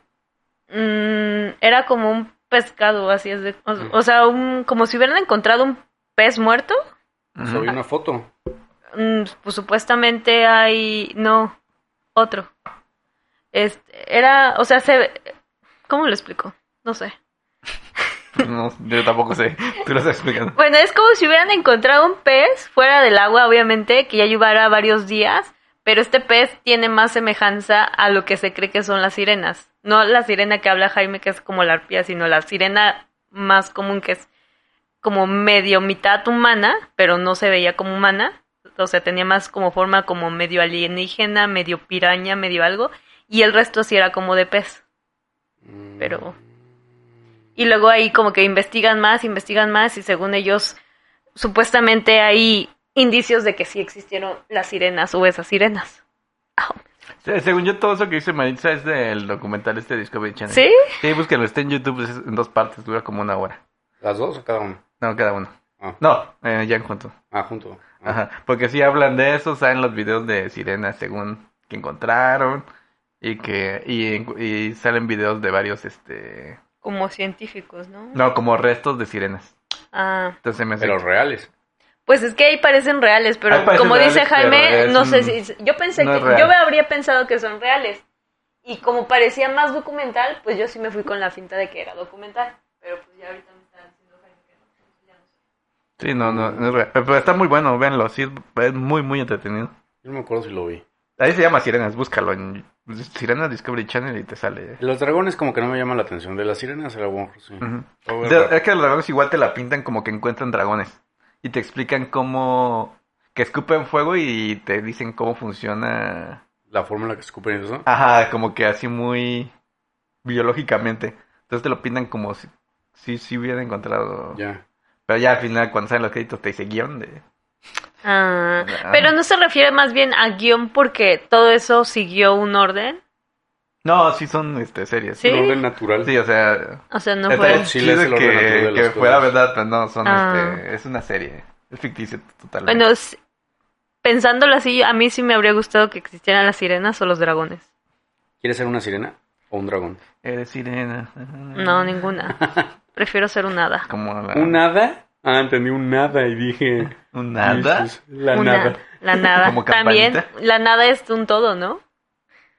[SPEAKER 2] Mm, era como un pescado, así es de... O,
[SPEAKER 1] Mm.
[SPEAKER 2] o sea, un, como si hubieran encontrado un pez muerto.
[SPEAKER 1] O
[SPEAKER 2] ah.
[SPEAKER 3] Ujú.
[SPEAKER 1] sea, vi una foto.
[SPEAKER 2] Mm, pues supuestamente hay... No, otro. Este, era... O sea, se... ¿Cómo lo explico? No sé.
[SPEAKER 3] Pues No, yo tampoco sé. <laughs> Tú lo estás explicando.
[SPEAKER 2] <laughs> Bueno, es como si hubieran encontrado un pez fuera del agua, obviamente, que ya llevará varios días, pero este pez tiene más semejanza a lo que se cree que son las sirenas. No la sirena que habla Jaime, que es como la arpía, sino la sirena más común, que es como medio mitad humana, pero no se veía como humana. O sea, tenía más como forma como medio alienígena, medio piraña, medio algo. Y el resto sí era como de pez.
[SPEAKER 1] Mm.
[SPEAKER 2] Pero- Y luego ahí como que investigan más, investigan más y según ellos supuestamente hay indicios de que sí existieron las sirenas o esas sirenas.
[SPEAKER 3] Se- Según yo, todo eso que dice Maritza es del documental este de Discovery Channel.
[SPEAKER 2] ¿Sí?
[SPEAKER 3] Sí, búsquenlo. Está en YouTube es en dos partes. Dura como una hora.
[SPEAKER 1] ¿Las dos o cada una?
[SPEAKER 3] No, cada uno.
[SPEAKER 1] Ah.
[SPEAKER 3] No, eh, ya en junto.
[SPEAKER 1] Ah, junto. Ah.
[SPEAKER 3] Ajá. Porque sí hablan de eso, saben los videos de sirenas según que encontraron. Y que y, en- y salen videos de varios, este...
[SPEAKER 2] Como científicos, ¿no?
[SPEAKER 3] No, como restos de sirenas.
[SPEAKER 2] Ah,
[SPEAKER 3] Entonces me hace-
[SPEAKER 1] Pero reales.
[SPEAKER 2] pues es que ahí parecen reales, pero
[SPEAKER 3] Ahí parecen
[SPEAKER 2] como dice
[SPEAKER 3] reales, pero
[SPEAKER 2] Jaime,
[SPEAKER 3] es
[SPEAKER 2] no sé
[SPEAKER 3] un-
[SPEAKER 2] si... Yo pensé
[SPEAKER 3] no es
[SPEAKER 2] que...
[SPEAKER 3] real.
[SPEAKER 2] Yo habría pensado que son reales. Y como parecía más documental, pues yo sí me fui con la finta de que era documental. Pero pues ya ahorita me están diciendo Jaime que no. ya no sé.
[SPEAKER 3] Sí, no, no, no es real. Pero está muy bueno, véanlo. Sí, es muy, muy entretenido.
[SPEAKER 1] Yo no me acuerdo si lo vi.
[SPEAKER 3] Ahí se llama Sirenas, búscalo en Sirenas Discovery Channel y te sale.
[SPEAKER 1] Los dragones como que no me llaman la atención. De las sirenas era bueno, sí.
[SPEAKER 3] Ujú.
[SPEAKER 1] Todo
[SPEAKER 3] De-
[SPEAKER 1] era-
[SPEAKER 3] es que los dragones igual te la pintan como que encuentran dragones y te explican cómo que escupen fuego y te dicen cómo funciona.
[SPEAKER 1] La forma en la que escupen y eso.
[SPEAKER 3] Ajá, como que así muy biológicamente. Entonces te lo pintan como si si, si hubiera encontrado.
[SPEAKER 1] Ya.
[SPEAKER 3] Pero ya al final cuando salen los créditos te dice guión de.
[SPEAKER 2] Ah,
[SPEAKER 3] Ah.
[SPEAKER 2] pero no se refiere más bien a guión porque todo eso siguió un orden.
[SPEAKER 3] No, sí son este series.
[SPEAKER 2] Sí.
[SPEAKER 1] El orden natural.
[SPEAKER 3] Sí, o sea,
[SPEAKER 2] O sea, no
[SPEAKER 3] Está
[SPEAKER 2] fue.
[SPEAKER 1] bien. Chile es
[SPEAKER 3] chido
[SPEAKER 1] el orden natural
[SPEAKER 3] que,
[SPEAKER 1] de
[SPEAKER 3] que
[SPEAKER 1] las
[SPEAKER 3] fuera
[SPEAKER 1] cosas.
[SPEAKER 3] verdad, pero no, son
[SPEAKER 2] Ah.
[SPEAKER 3] este, es una serie, es ficticio totalmente.
[SPEAKER 2] Bueno, s- pensándolo así, a mí sí me habría gustado que existieran las sirenas o los dragones.
[SPEAKER 1] ¿Quieres ser una sirena? o un dragón?
[SPEAKER 3] Eres sirena.
[SPEAKER 2] No,
[SPEAKER 1] Mm. <laughs>
[SPEAKER 2] ninguna. Prefiero ser un hada.
[SPEAKER 3] Como la-
[SPEAKER 1] ¿Un nada? Ah, entendí un nada y dije.
[SPEAKER 3] un nada.
[SPEAKER 1] "Jesus, la
[SPEAKER 2] Una-
[SPEAKER 1] nada.
[SPEAKER 2] La nada.
[SPEAKER 3] Como
[SPEAKER 2] También,
[SPEAKER 3] campanita.
[SPEAKER 2] la nada es un todo, ¿no?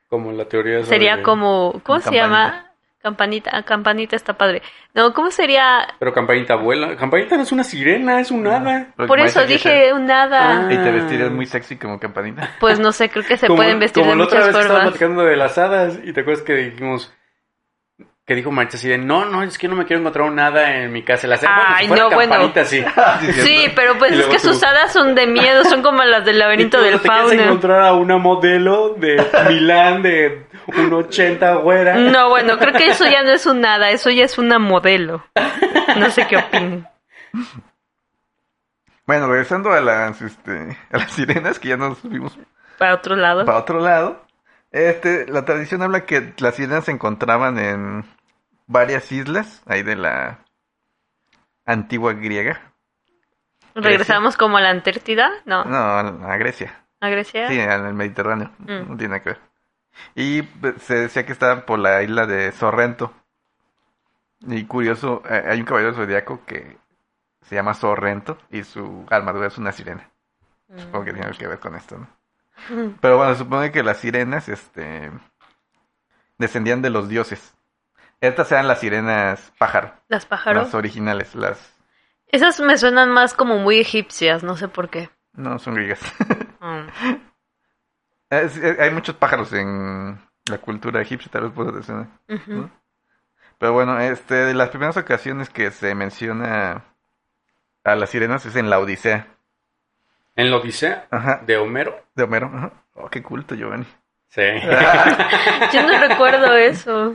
[SPEAKER 1] Como la teoría esa
[SPEAKER 2] Sería
[SPEAKER 1] de-
[SPEAKER 2] como, ¿cómo se
[SPEAKER 3] campanita.
[SPEAKER 2] llama? Campanita, ah, campanita está padre. No, ¿cómo sería?
[SPEAKER 1] Pero campanita vuela. Campanita no es una sirena, es un hada.
[SPEAKER 3] Lo que
[SPEAKER 2] Por
[SPEAKER 3] me
[SPEAKER 2] eso
[SPEAKER 3] dice que
[SPEAKER 2] dije un
[SPEAKER 1] Ah.
[SPEAKER 2] hada.
[SPEAKER 3] te- Y te vestirías muy sexy como campanita. <laughs>
[SPEAKER 2] Pues no sé, creo que se pueden vestir
[SPEAKER 1] como
[SPEAKER 2] de
[SPEAKER 1] la otra
[SPEAKER 2] muchas
[SPEAKER 1] vez que estábamos
[SPEAKER 2] formas.
[SPEAKER 1] platicando de las hadas y te acuerdas que dijimos que dijo Marta así de no, no, es que no me quiero encontrar un hada en mi casa. Las
[SPEAKER 2] Ay,
[SPEAKER 1] bueno,
[SPEAKER 2] no,
[SPEAKER 1] si fuera
[SPEAKER 2] bueno.
[SPEAKER 1] campanita,
[SPEAKER 2] <laughs>
[SPEAKER 1] sí. <laughs>
[SPEAKER 2] Sí, pero pues
[SPEAKER 1] Y
[SPEAKER 2] es
[SPEAKER 1] luego
[SPEAKER 2] que
[SPEAKER 1] tú.
[SPEAKER 2] sus hadas son de miedo, son como las
[SPEAKER 1] <laughs>
[SPEAKER 2] del
[SPEAKER 1] Y
[SPEAKER 2] laberinto
[SPEAKER 1] tú
[SPEAKER 2] del
[SPEAKER 1] no te quieres
[SPEAKER 2] fauno.
[SPEAKER 1] encontrar a una modelo de Milán de un 80 güera.
[SPEAKER 2] No, bueno, creo que eso ya no es un nada, eso ya es una modelo. No sé qué opinen.
[SPEAKER 3] Bueno, regresando a las, este, a las sirenas, que ya nos fuimos
[SPEAKER 2] Para otro lado.
[SPEAKER 3] para otro lado. Este, la tradición habla que las sirenas se encontraban en varias islas, ahí de la antigua griega.
[SPEAKER 2] Regresamos como a la Antártida, no,
[SPEAKER 3] No, a la- a Grecia.
[SPEAKER 2] a Grecia.
[SPEAKER 3] Sí, en el Mediterráneo.
[SPEAKER 2] Mm.
[SPEAKER 3] No tiene nada que ver. Y pues, se decía que estaban por la isla de Sorrento. Y curioso, eh, hay un caballero zodiaco que se llama Sorrento y su armadura es una sirena. Supongo que tiene algo que ver con esto, ¿no?
[SPEAKER 2] Mm.
[SPEAKER 3] Pero bueno, se supone que las sirenas, este, descendían de los dioses. Estas eran las sirenas pájaro,
[SPEAKER 2] Las pájaros.
[SPEAKER 3] las originales, las
[SPEAKER 2] Esas me suenan más como muy egipcias, no sé por qué.
[SPEAKER 3] no son griegas. <laughs>
[SPEAKER 2] Mm.
[SPEAKER 3] Es- es- hay muchos pájaros en la cultura egipcia, tal vez por eso te suena.
[SPEAKER 2] Ujú.
[SPEAKER 3] ¿No? Pero bueno, este, de las primeras ocasiones que se menciona a las sirenas es en la Odisea.
[SPEAKER 1] En la Odisea
[SPEAKER 3] Ajá,
[SPEAKER 1] de Homero.
[SPEAKER 3] de Homero. Ajá. Oh, qué culto, Giovanni. <laughs>
[SPEAKER 1] Sí.
[SPEAKER 2] Yo no recuerdo eso.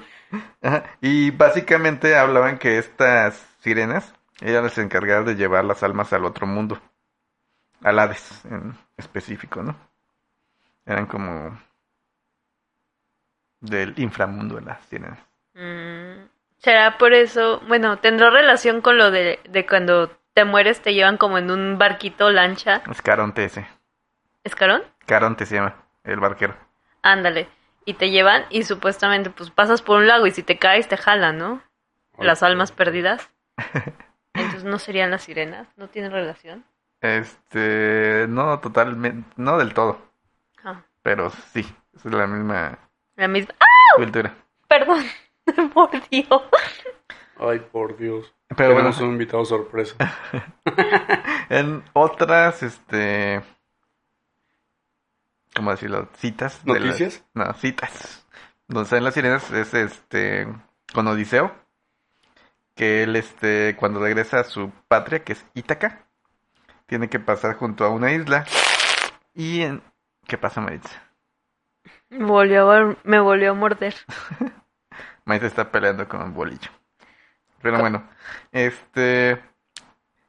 [SPEAKER 3] Ajá, Y básicamente hablaban que estas sirenas eran las encargadas de llevar las almas al otro mundo. Al Hades, en específico, ¿no? Eran como del inframundo de las sirenas.
[SPEAKER 2] Mm. ¿Será por eso? Bueno, ¿tendrá relación con lo de, de cuando te mueres te llevan como en un barquito lancha?
[SPEAKER 3] Es Caronte ese.
[SPEAKER 2] ¿Escarón?
[SPEAKER 3] Caronte se llama, el barquero.
[SPEAKER 2] Ándale. Y te llevan y supuestamente pues pasas por un lago y si te caes te jalan, ¿no? Las
[SPEAKER 1] <laughs>
[SPEAKER 2] almas perdidas. Entonces no serían las sirenas, no tienen relación.
[SPEAKER 3] Este, no totalmente, no del todo,
[SPEAKER 2] Ah,
[SPEAKER 3] pero sí, es la misma
[SPEAKER 2] la misma. ¡Ah!
[SPEAKER 3] cultura.
[SPEAKER 2] Perdón, <laughs> por Dios.
[SPEAKER 1] Ay, por Dios.
[SPEAKER 3] Pero bueno,
[SPEAKER 1] Tenemos un invitado
[SPEAKER 3] <laughs>
[SPEAKER 1] sorpresa.
[SPEAKER 3] en otras, este, ¿cómo decirlo? Citas. de las-
[SPEAKER 1] ¿Noticias?
[SPEAKER 3] no, citas. Donde salen las sirenas es este, con Odiseo, que él, este, cuando regresa a su patria, que es Ítaca, tiene que pasar junto a una isla y en... ¿Qué pasa, Maritza?
[SPEAKER 2] Volvió a- me volvió a morder.
[SPEAKER 3] Maíz está peleando con un bolillo.
[SPEAKER 2] Ah.
[SPEAKER 3] Pero bueno, este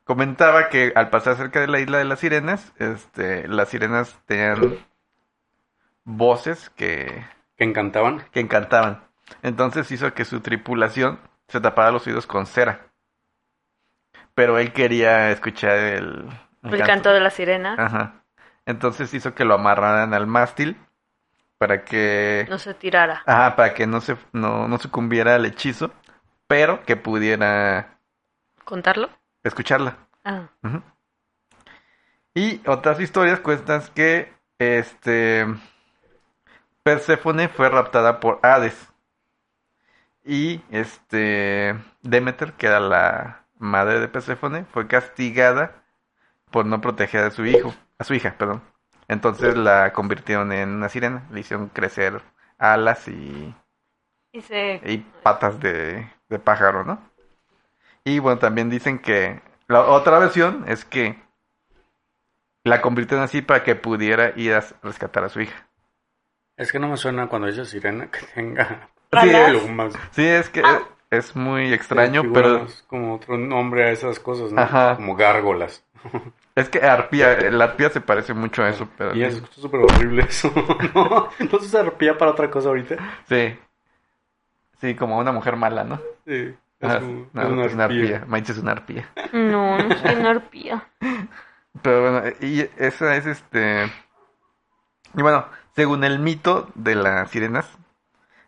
[SPEAKER 3] comentaba que al pasar cerca de la isla de las sirenas, este, las sirenas tenían voces que,
[SPEAKER 1] Que encantaban.
[SPEAKER 3] que encantaban. Entonces hizo que su tripulación se tapara los oídos con cera. Pero él quería escuchar el,
[SPEAKER 2] El canto de la
[SPEAKER 1] Ah.
[SPEAKER 2] sirena
[SPEAKER 3] Ajá. Entonces hizo que lo amarraran al mástil para que
[SPEAKER 2] no se tirara.
[SPEAKER 3] Ajá, para que no se no, no sucumbiera al hechizo, pero que pudiera
[SPEAKER 2] ¿Contarlo?
[SPEAKER 3] escucharla.
[SPEAKER 2] Ah.
[SPEAKER 3] Ujú. Y otras historias cuentan que este Perséfone fue raptada por Hades. Y este Demeter, que era la madre de Perséfone, fue castigada por no proteger a su hijo, a su hija, perdón. Entonces la convirtieron en una sirena, le hicieron crecer alas y
[SPEAKER 2] Y se...
[SPEAKER 1] Eh.
[SPEAKER 3] y patas de, de pájaro, ¿no? Y bueno, también dicen que la otra versión es que la convirtieron así para que pudiera ir a s- rescatar a su hija.
[SPEAKER 1] Es que no me suena cuando dice sirena que tenga
[SPEAKER 2] Alas.
[SPEAKER 3] <laughs> Sí,
[SPEAKER 1] algo más.
[SPEAKER 3] Sí, es que
[SPEAKER 2] Ah.
[SPEAKER 3] es, es muy extraño,
[SPEAKER 1] Figura
[SPEAKER 3] pero
[SPEAKER 1] más como otro nombre a esas cosas, ¿no?
[SPEAKER 3] Ajá.
[SPEAKER 1] Como gárgolas.
[SPEAKER 3] es que arpía, la arpía se parece mucho a eso, pero
[SPEAKER 1] Y eso es súper horrible eso, <laughs> ¿no? ¿No se usa arpía para otra cosa ahorita?
[SPEAKER 3] sí. Sí, como una mujer mala, ¿no?
[SPEAKER 1] Sí. Es,
[SPEAKER 3] Ah,
[SPEAKER 1] como-
[SPEAKER 3] no,
[SPEAKER 1] es una arpía.
[SPEAKER 3] Maitza es una arpía.
[SPEAKER 2] No, no soy una arpía.
[SPEAKER 3] Pero bueno, y esa es este. Y bueno, según el mito de las sirenas,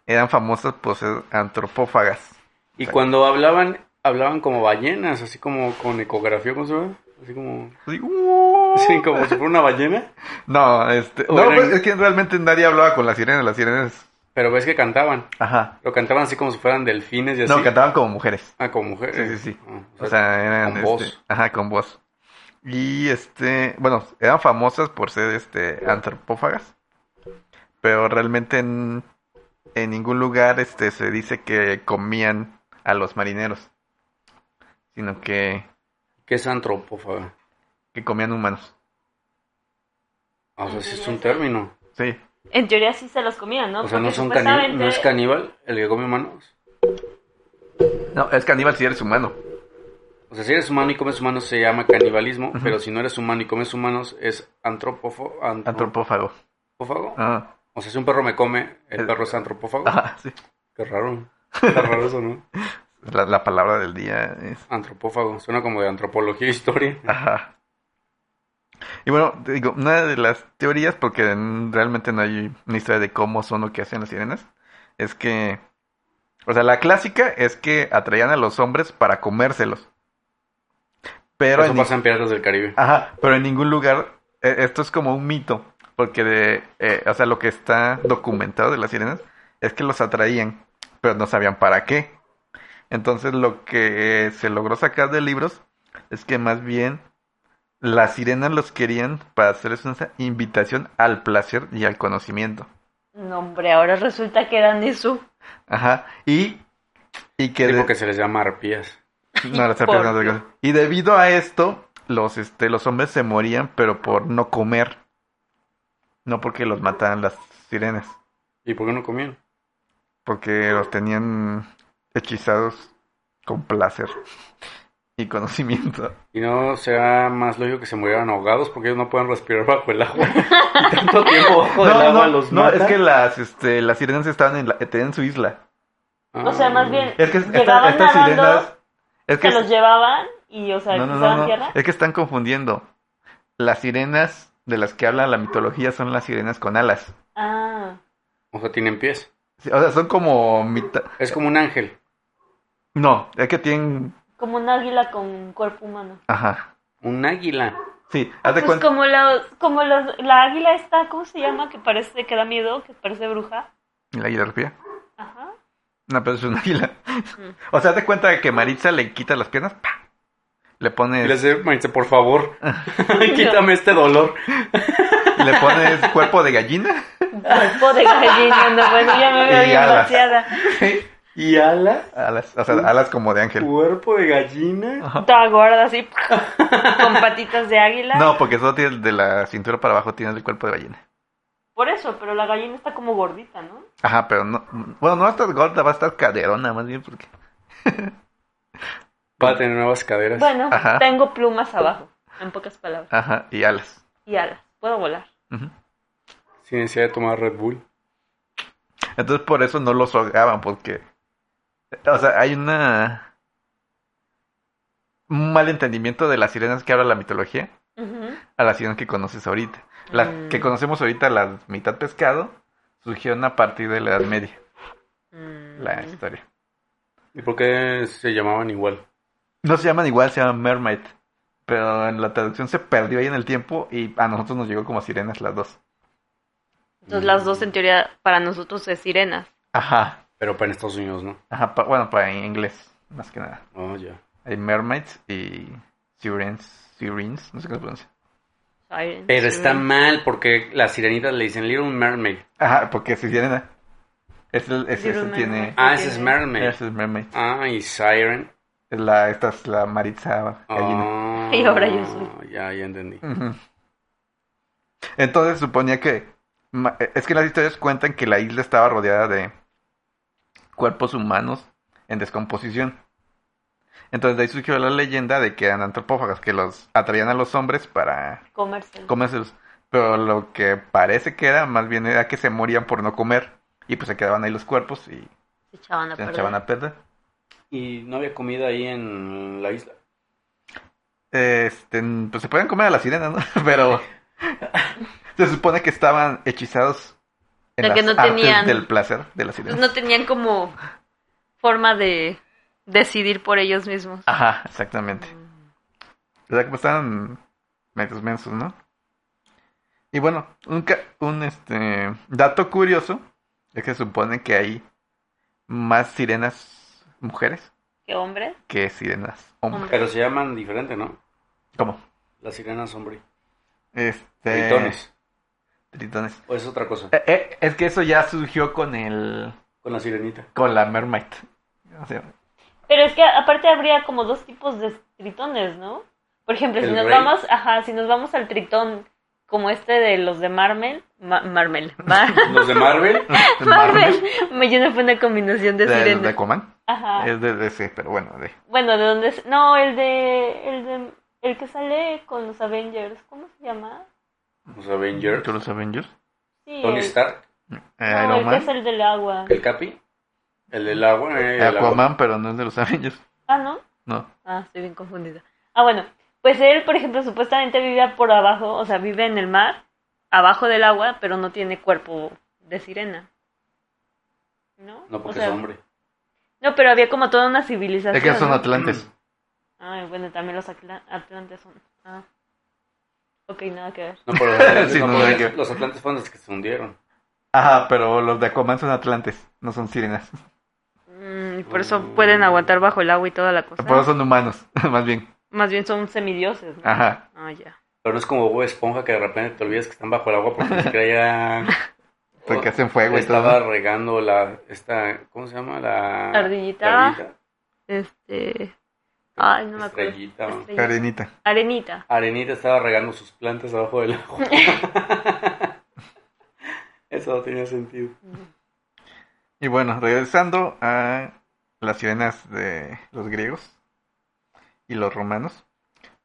[SPEAKER 3] eran famosas por ser antropófagas.
[SPEAKER 1] Y cuando hablaban, hablaban como ballenas, así como con ecografía, ¿cómo se llama? Así como, <laughs>
[SPEAKER 3] Así, ¡uh!
[SPEAKER 1] sí, como si fuera una ballena.
[SPEAKER 3] No, este, no,
[SPEAKER 1] Bueno,
[SPEAKER 3] pues,
[SPEAKER 1] en-
[SPEAKER 3] es que realmente nadie hablaba con las sirenas, las sirenas,
[SPEAKER 1] Pero ves que cantaban.
[SPEAKER 3] ajá,
[SPEAKER 1] Lo cantaban así como si fueran delfines y así.
[SPEAKER 3] no, cantaban como mujeres.
[SPEAKER 1] Ah, como mujeres.
[SPEAKER 3] Sí, sí, sí.
[SPEAKER 1] Ah,
[SPEAKER 3] O sea, eran
[SPEAKER 1] con
[SPEAKER 3] este,
[SPEAKER 1] voz.
[SPEAKER 3] Ajá, con voz. Y este, bueno, eran famosas por ser este antropófagas, pero realmente en, en ningún lugar este se dice que comían a los marineros, sino que,
[SPEAKER 1] ¿Qué es antropófaga?
[SPEAKER 3] que comían humanos.
[SPEAKER 1] Ah, O sea, sí es un término.
[SPEAKER 3] Sí.
[SPEAKER 2] En teoría sí se los comían, ¿no?
[SPEAKER 1] O sea, no,
[SPEAKER 2] Porque
[SPEAKER 1] son caníbal, no es
[SPEAKER 2] supuestamente-
[SPEAKER 1] caníbal el que come humanos.
[SPEAKER 3] No, es caníbal si eres humano.
[SPEAKER 1] O sea, si eres humano y comes humanos se llama canibalismo, pero si no eres humano y comes humanos es antropófo, antropófago.
[SPEAKER 3] Antropófago. Ajá.
[SPEAKER 1] O sea, si un perro me come, el
[SPEAKER 3] ah. El-
[SPEAKER 1] perro es antropófago.
[SPEAKER 3] <laughs> Ajá, sí.
[SPEAKER 1] Qué
[SPEAKER 3] <laughs>
[SPEAKER 1] raro. Está raro eso, ¿no?
[SPEAKER 3] La, la palabra del día es
[SPEAKER 1] Antropófago. Suena como de antropología e historia.
[SPEAKER 3] <laughs> Ajá. Y bueno, te digo, una de las teorías, porque n- realmente no hay una historia de cómo son o qué hacen las sirenas, es que, o sea, la clásica es que atraían a los hombres para comérselos. Pero Ah,
[SPEAKER 1] eso
[SPEAKER 3] en,
[SPEAKER 1] pasa en Piratas del Caribe.
[SPEAKER 3] ajá, pero en ningún lugar, eh, esto es como un mito, porque de, eh, o sea, lo que está documentado de las sirenas es que los atraían, pero no sabían para qué. Entonces lo que eh, se logró sacar de libros es que más bien las sirenas los querían para hacerles una invitación al placer y al conocimiento.
[SPEAKER 2] No, hombre, ahora resulta que eran eso.
[SPEAKER 3] Ajá. Y, y que
[SPEAKER 1] Sí,
[SPEAKER 3] de-
[SPEAKER 1] porque se les llama arpías.
[SPEAKER 3] no, las serpientes no
[SPEAKER 2] ¿Por
[SPEAKER 3] se
[SPEAKER 2] qué?
[SPEAKER 3] casan. Y debido a esto, los, este, los hombres se morían, pero por no comer. No porque los mataran las sirenas.
[SPEAKER 1] ¿Y por qué no comían?
[SPEAKER 3] Porque los tenían hechizados con placer y
[SPEAKER 2] <laughs>
[SPEAKER 3] conocimiento.
[SPEAKER 1] Y no sea más lógico que se murieran ahogados porque ellos no pueden respirar bajo el agua. <laughs> Y Tanto tiempo bajo el
[SPEAKER 3] No,
[SPEAKER 1] agua
[SPEAKER 3] no,
[SPEAKER 1] los
[SPEAKER 3] no,
[SPEAKER 1] mata.
[SPEAKER 3] es que las, este, las sirenas estaban en, la, tenían su isla.
[SPEAKER 1] Ah.
[SPEAKER 2] O sea, más bien,
[SPEAKER 3] Es que esta-
[SPEAKER 2] llegaban
[SPEAKER 3] estas
[SPEAKER 2] nadando,
[SPEAKER 3] sirenas. Es que
[SPEAKER 2] se los llevaban y, o sea,
[SPEAKER 3] No, no, no,
[SPEAKER 2] pisaban
[SPEAKER 3] no.
[SPEAKER 2] tierra.
[SPEAKER 3] Es que están confundiendo. Las sirenas de las que habla la mitología son las sirenas con alas.
[SPEAKER 2] Ah,
[SPEAKER 1] O sea, tienen pies.
[SPEAKER 3] Sí, O sea, son como mitad.
[SPEAKER 1] Es como un ángel.
[SPEAKER 3] No, es que tienen.
[SPEAKER 2] como un águila con un cuerpo humano.
[SPEAKER 3] Ajá.
[SPEAKER 1] Un águila.
[SPEAKER 3] Sí, haz de
[SPEAKER 2] Pues
[SPEAKER 3] cuenta.
[SPEAKER 2] como, la, como los- la águila está, ¿cómo se llama? Que parece que da miedo, que parece bruja.
[SPEAKER 3] La águila arpía.
[SPEAKER 2] Ajá.
[SPEAKER 3] No, pero es un águila. <laughs> O sea, haz de cuenta que Maritza le quita las piernas. ¡pa! Le
[SPEAKER 1] Y le
[SPEAKER 3] pones,
[SPEAKER 1] hace, "Maritza, por favor,
[SPEAKER 3] Ah.
[SPEAKER 1] <laughs> quítame este dolor.
[SPEAKER 3] <laughs> le pones cuerpo de gallina.
[SPEAKER 2] Cuerpo de gallina, no, bueno, ya me veo
[SPEAKER 3] Y
[SPEAKER 2] bien
[SPEAKER 3] alas.
[SPEAKER 2] vaciada.
[SPEAKER 1] Y ala,
[SPEAKER 3] Alas, o sea, alas como de ángel.
[SPEAKER 1] cuerpo de gallina.
[SPEAKER 3] Ajá.
[SPEAKER 2] Toda gorda así, con patitas de águila.
[SPEAKER 3] No, porque solo tienes de la cintura para abajo tienes el cuerpo de gallina.
[SPEAKER 2] Por eso, pero la gallina está como gordita, ¿no?
[SPEAKER 3] Ajá, pero no. Bueno, no va a estar gorda, va a estar caderona más bien porque.
[SPEAKER 1] Va a tener nuevas caderas.
[SPEAKER 2] Bueno,
[SPEAKER 3] Pues, Ajá.
[SPEAKER 2] tengo plumas abajo, en pocas palabras.
[SPEAKER 3] Ajá, y alas.
[SPEAKER 2] Y alas, puedo volar.
[SPEAKER 3] Ujú.
[SPEAKER 1] Sin necesidad de tomar Red Bull.
[SPEAKER 3] Entonces por eso no los ahogaban, porque... O sea, hay una... Un mal entendimiento de las sirenas que habla la mitología
[SPEAKER 2] Ujú.
[SPEAKER 3] a las sirenas que conoces ahorita. Las
[SPEAKER 2] Mm.
[SPEAKER 3] que conocemos ahorita, la mitad pescado, surgieron a partir de la Edad Media,
[SPEAKER 2] Mm.
[SPEAKER 3] la historia.
[SPEAKER 1] ¿Y por qué se llamaban igual?
[SPEAKER 3] No se llaman igual, se llaman mermaid. Pero en la traducción se perdió ahí en el tiempo y a nosotros nos llegó como sirenas las dos.
[SPEAKER 2] Entonces las dos en teoría para nosotros es sirenas.
[SPEAKER 3] Ajá,
[SPEAKER 1] Pero para en Estados Unidos, ¿no?
[SPEAKER 3] ajá, pa- bueno, para en inglés, más que nada.
[SPEAKER 1] Oh, ya.
[SPEAKER 3] Hay mermaids y sirens, sirens, no sé cómo se pronuncia.
[SPEAKER 2] Sirens,
[SPEAKER 1] Pero está
[SPEAKER 2] sirenas.
[SPEAKER 1] mal porque las sirenitas le dicen Little Mermaid.
[SPEAKER 3] Ajá, porque si sirena. Es el- es-
[SPEAKER 2] Little
[SPEAKER 3] ese
[SPEAKER 2] Mermaid.
[SPEAKER 3] tiene.
[SPEAKER 1] Ah, ese es Mermaid.
[SPEAKER 3] Ese es Mermaid.
[SPEAKER 1] Ah, y Siren.
[SPEAKER 3] Es la, esta es la Maritza gallina.
[SPEAKER 1] Ah,
[SPEAKER 2] Y ahora yo soy.
[SPEAKER 1] Ya, ya entendí.
[SPEAKER 3] Ujú. Entonces suponía que. ma- e, Es que las historias cuentan que la isla estaba rodeada de cuerpos humanos en descomposición. Entonces de ahí surgió la leyenda de que eran antropófagas, que los atraían a los hombres para
[SPEAKER 2] Comercial.
[SPEAKER 3] comérselos. Pero lo que parece que era, más bien era que se morían por no comer. Y pues se quedaban ahí los cuerpos y
[SPEAKER 2] Se echaban a
[SPEAKER 3] se
[SPEAKER 2] perder.
[SPEAKER 3] echaban a perder.
[SPEAKER 1] ¿Y no había comida ahí en la isla?
[SPEAKER 3] Este, pues se <laughs> pueden comer a las sirenas, ¿no? Pero se supone que estaban hechizados en
[SPEAKER 2] La que
[SPEAKER 3] las
[SPEAKER 2] no
[SPEAKER 3] artes
[SPEAKER 2] tenían-
[SPEAKER 3] del placer de las sirenas.
[SPEAKER 2] Pues No tenían como forma de decidir por ellos mismos. Mm,
[SPEAKER 3] Ajá, exactamente. ¿Verdad que pues, estaban medios mensos, no? Y bueno, un, ca- un, este, dato curioso es que supone que hay más sirenas mujeres
[SPEAKER 2] ¿Qué hombre?
[SPEAKER 3] que sirenas hombres.
[SPEAKER 1] Pero se llaman diferente, ¿no?
[SPEAKER 3] ¿Cómo?
[SPEAKER 1] Las sirenas hombre.
[SPEAKER 3] Este,
[SPEAKER 1] Tritones.
[SPEAKER 3] Tritones.
[SPEAKER 1] O es otra cosa.
[SPEAKER 3] Eh, eh, es que eso ya surgió con el...
[SPEAKER 1] Con la sirenita.
[SPEAKER 3] con la mermaid. O sea,
[SPEAKER 2] Pero es que aparte habría como dos tipos de tritones, ¿no? Por ejemplo, si
[SPEAKER 1] El
[SPEAKER 2] nos
[SPEAKER 1] rey.
[SPEAKER 2] vamos, ajá, si nos vamos al tritón como este de los de Marmel, Ma- Marmel, Mar-
[SPEAKER 1] Los de Marvel.
[SPEAKER 2] Marvel,
[SPEAKER 3] el Marvel
[SPEAKER 2] me llena fue una combinación de Ah.
[SPEAKER 3] de, de,
[SPEAKER 2] sirenas.
[SPEAKER 3] Aquaman.
[SPEAKER 2] Ajá.
[SPEAKER 3] Es de DC, pero bueno, de...
[SPEAKER 2] Bueno, de dónde es? no, el de el de el que sale con los Avengers, ¿cómo se llama?
[SPEAKER 1] Los Avengers.
[SPEAKER 3] ¿Tú los Avengers?
[SPEAKER 2] Sí,
[SPEAKER 1] Tony
[SPEAKER 2] el-
[SPEAKER 1] Stark.
[SPEAKER 3] Eh,
[SPEAKER 2] no,
[SPEAKER 3] Iron
[SPEAKER 2] el que
[SPEAKER 3] Man.
[SPEAKER 2] Ah, es el del agua.
[SPEAKER 1] El Capi. El del agua. eh, el agua.
[SPEAKER 3] Aquaman, pero no es de los Avengers.
[SPEAKER 2] Ah, ¿no?
[SPEAKER 3] No.
[SPEAKER 2] Ah, estoy bien confundida. Ah, bueno, pues él, por ejemplo, supuestamente vivía por abajo, o sea, vive en el mar, abajo del agua, pero no tiene cuerpo de sirena. ¿No?
[SPEAKER 1] No,
[SPEAKER 2] O
[SPEAKER 1] porque
[SPEAKER 2] sea,
[SPEAKER 1] es hombre.
[SPEAKER 2] No, pero había como toda una civilización.
[SPEAKER 3] Es que son
[SPEAKER 2] ¿no?
[SPEAKER 3] atlantes.
[SPEAKER 2] Ay, bueno, también los atla- atlantes son... Ah. Ok, nada que ver.
[SPEAKER 1] No, pero los Atlantes,
[SPEAKER 3] <laughs> Sí,
[SPEAKER 1] no,
[SPEAKER 3] no,
[SPEAKER 1] pero
[SPEAKER 3] no hay
[SPEAKER 1] los-
[SPEAKER 3] que-
[SPEAKER 1] los Atlantes fueron los que se hundieron.
[SPEAKER 3] Ajá, pero los de Aquaman son atlantes, no son sirenas.
[SPEAKER 2] Mm, y por eso pueden aguantar bajo el agua y toda la cosa.
[SPEAKER 3] Por eso son humanos, <laughs> más bien.
[SPEAKER 2] Más bien son semidioses, ¿no?
[SPEAKER 3] Ajá.
[SPEAKER 2] Ah, ya.
[SPEAKER 1] Pero no es como Bob Esponja que de repente te olvidas que están bajo el agua porque ni siquiera ya...
[SPEAKER 2] Oh.
[SPEAKER 3] Porque hacen fuego y
[SPEAKER 1] Estaba
[SPEAKER 3] todo.
[SPEAKER 1] regando la... Esta, ¿Cómo se llama? La...
[SPEAKER 2] La ardillita.
[SPEAKER 1] la ardillita.
[SPEAKER 2] Este... Ay, no me acuerdo.
[SPEAKER 1] Estrellita. ¿no?
[SPEAKER 2] Estrellita.
[SPEAKER 3] Arenita.
[SPEAKER 2] Arenita.
[SPEAKER 1] Arenita estaba regando sus plantas abajo del
[SPEAKER 2] <laughs>
[SPEAKER 1] agua. Eso no tenía sentido.
[SPEAKER 3] Y bueno, regresando a las sirenas de los griegos y los romanos.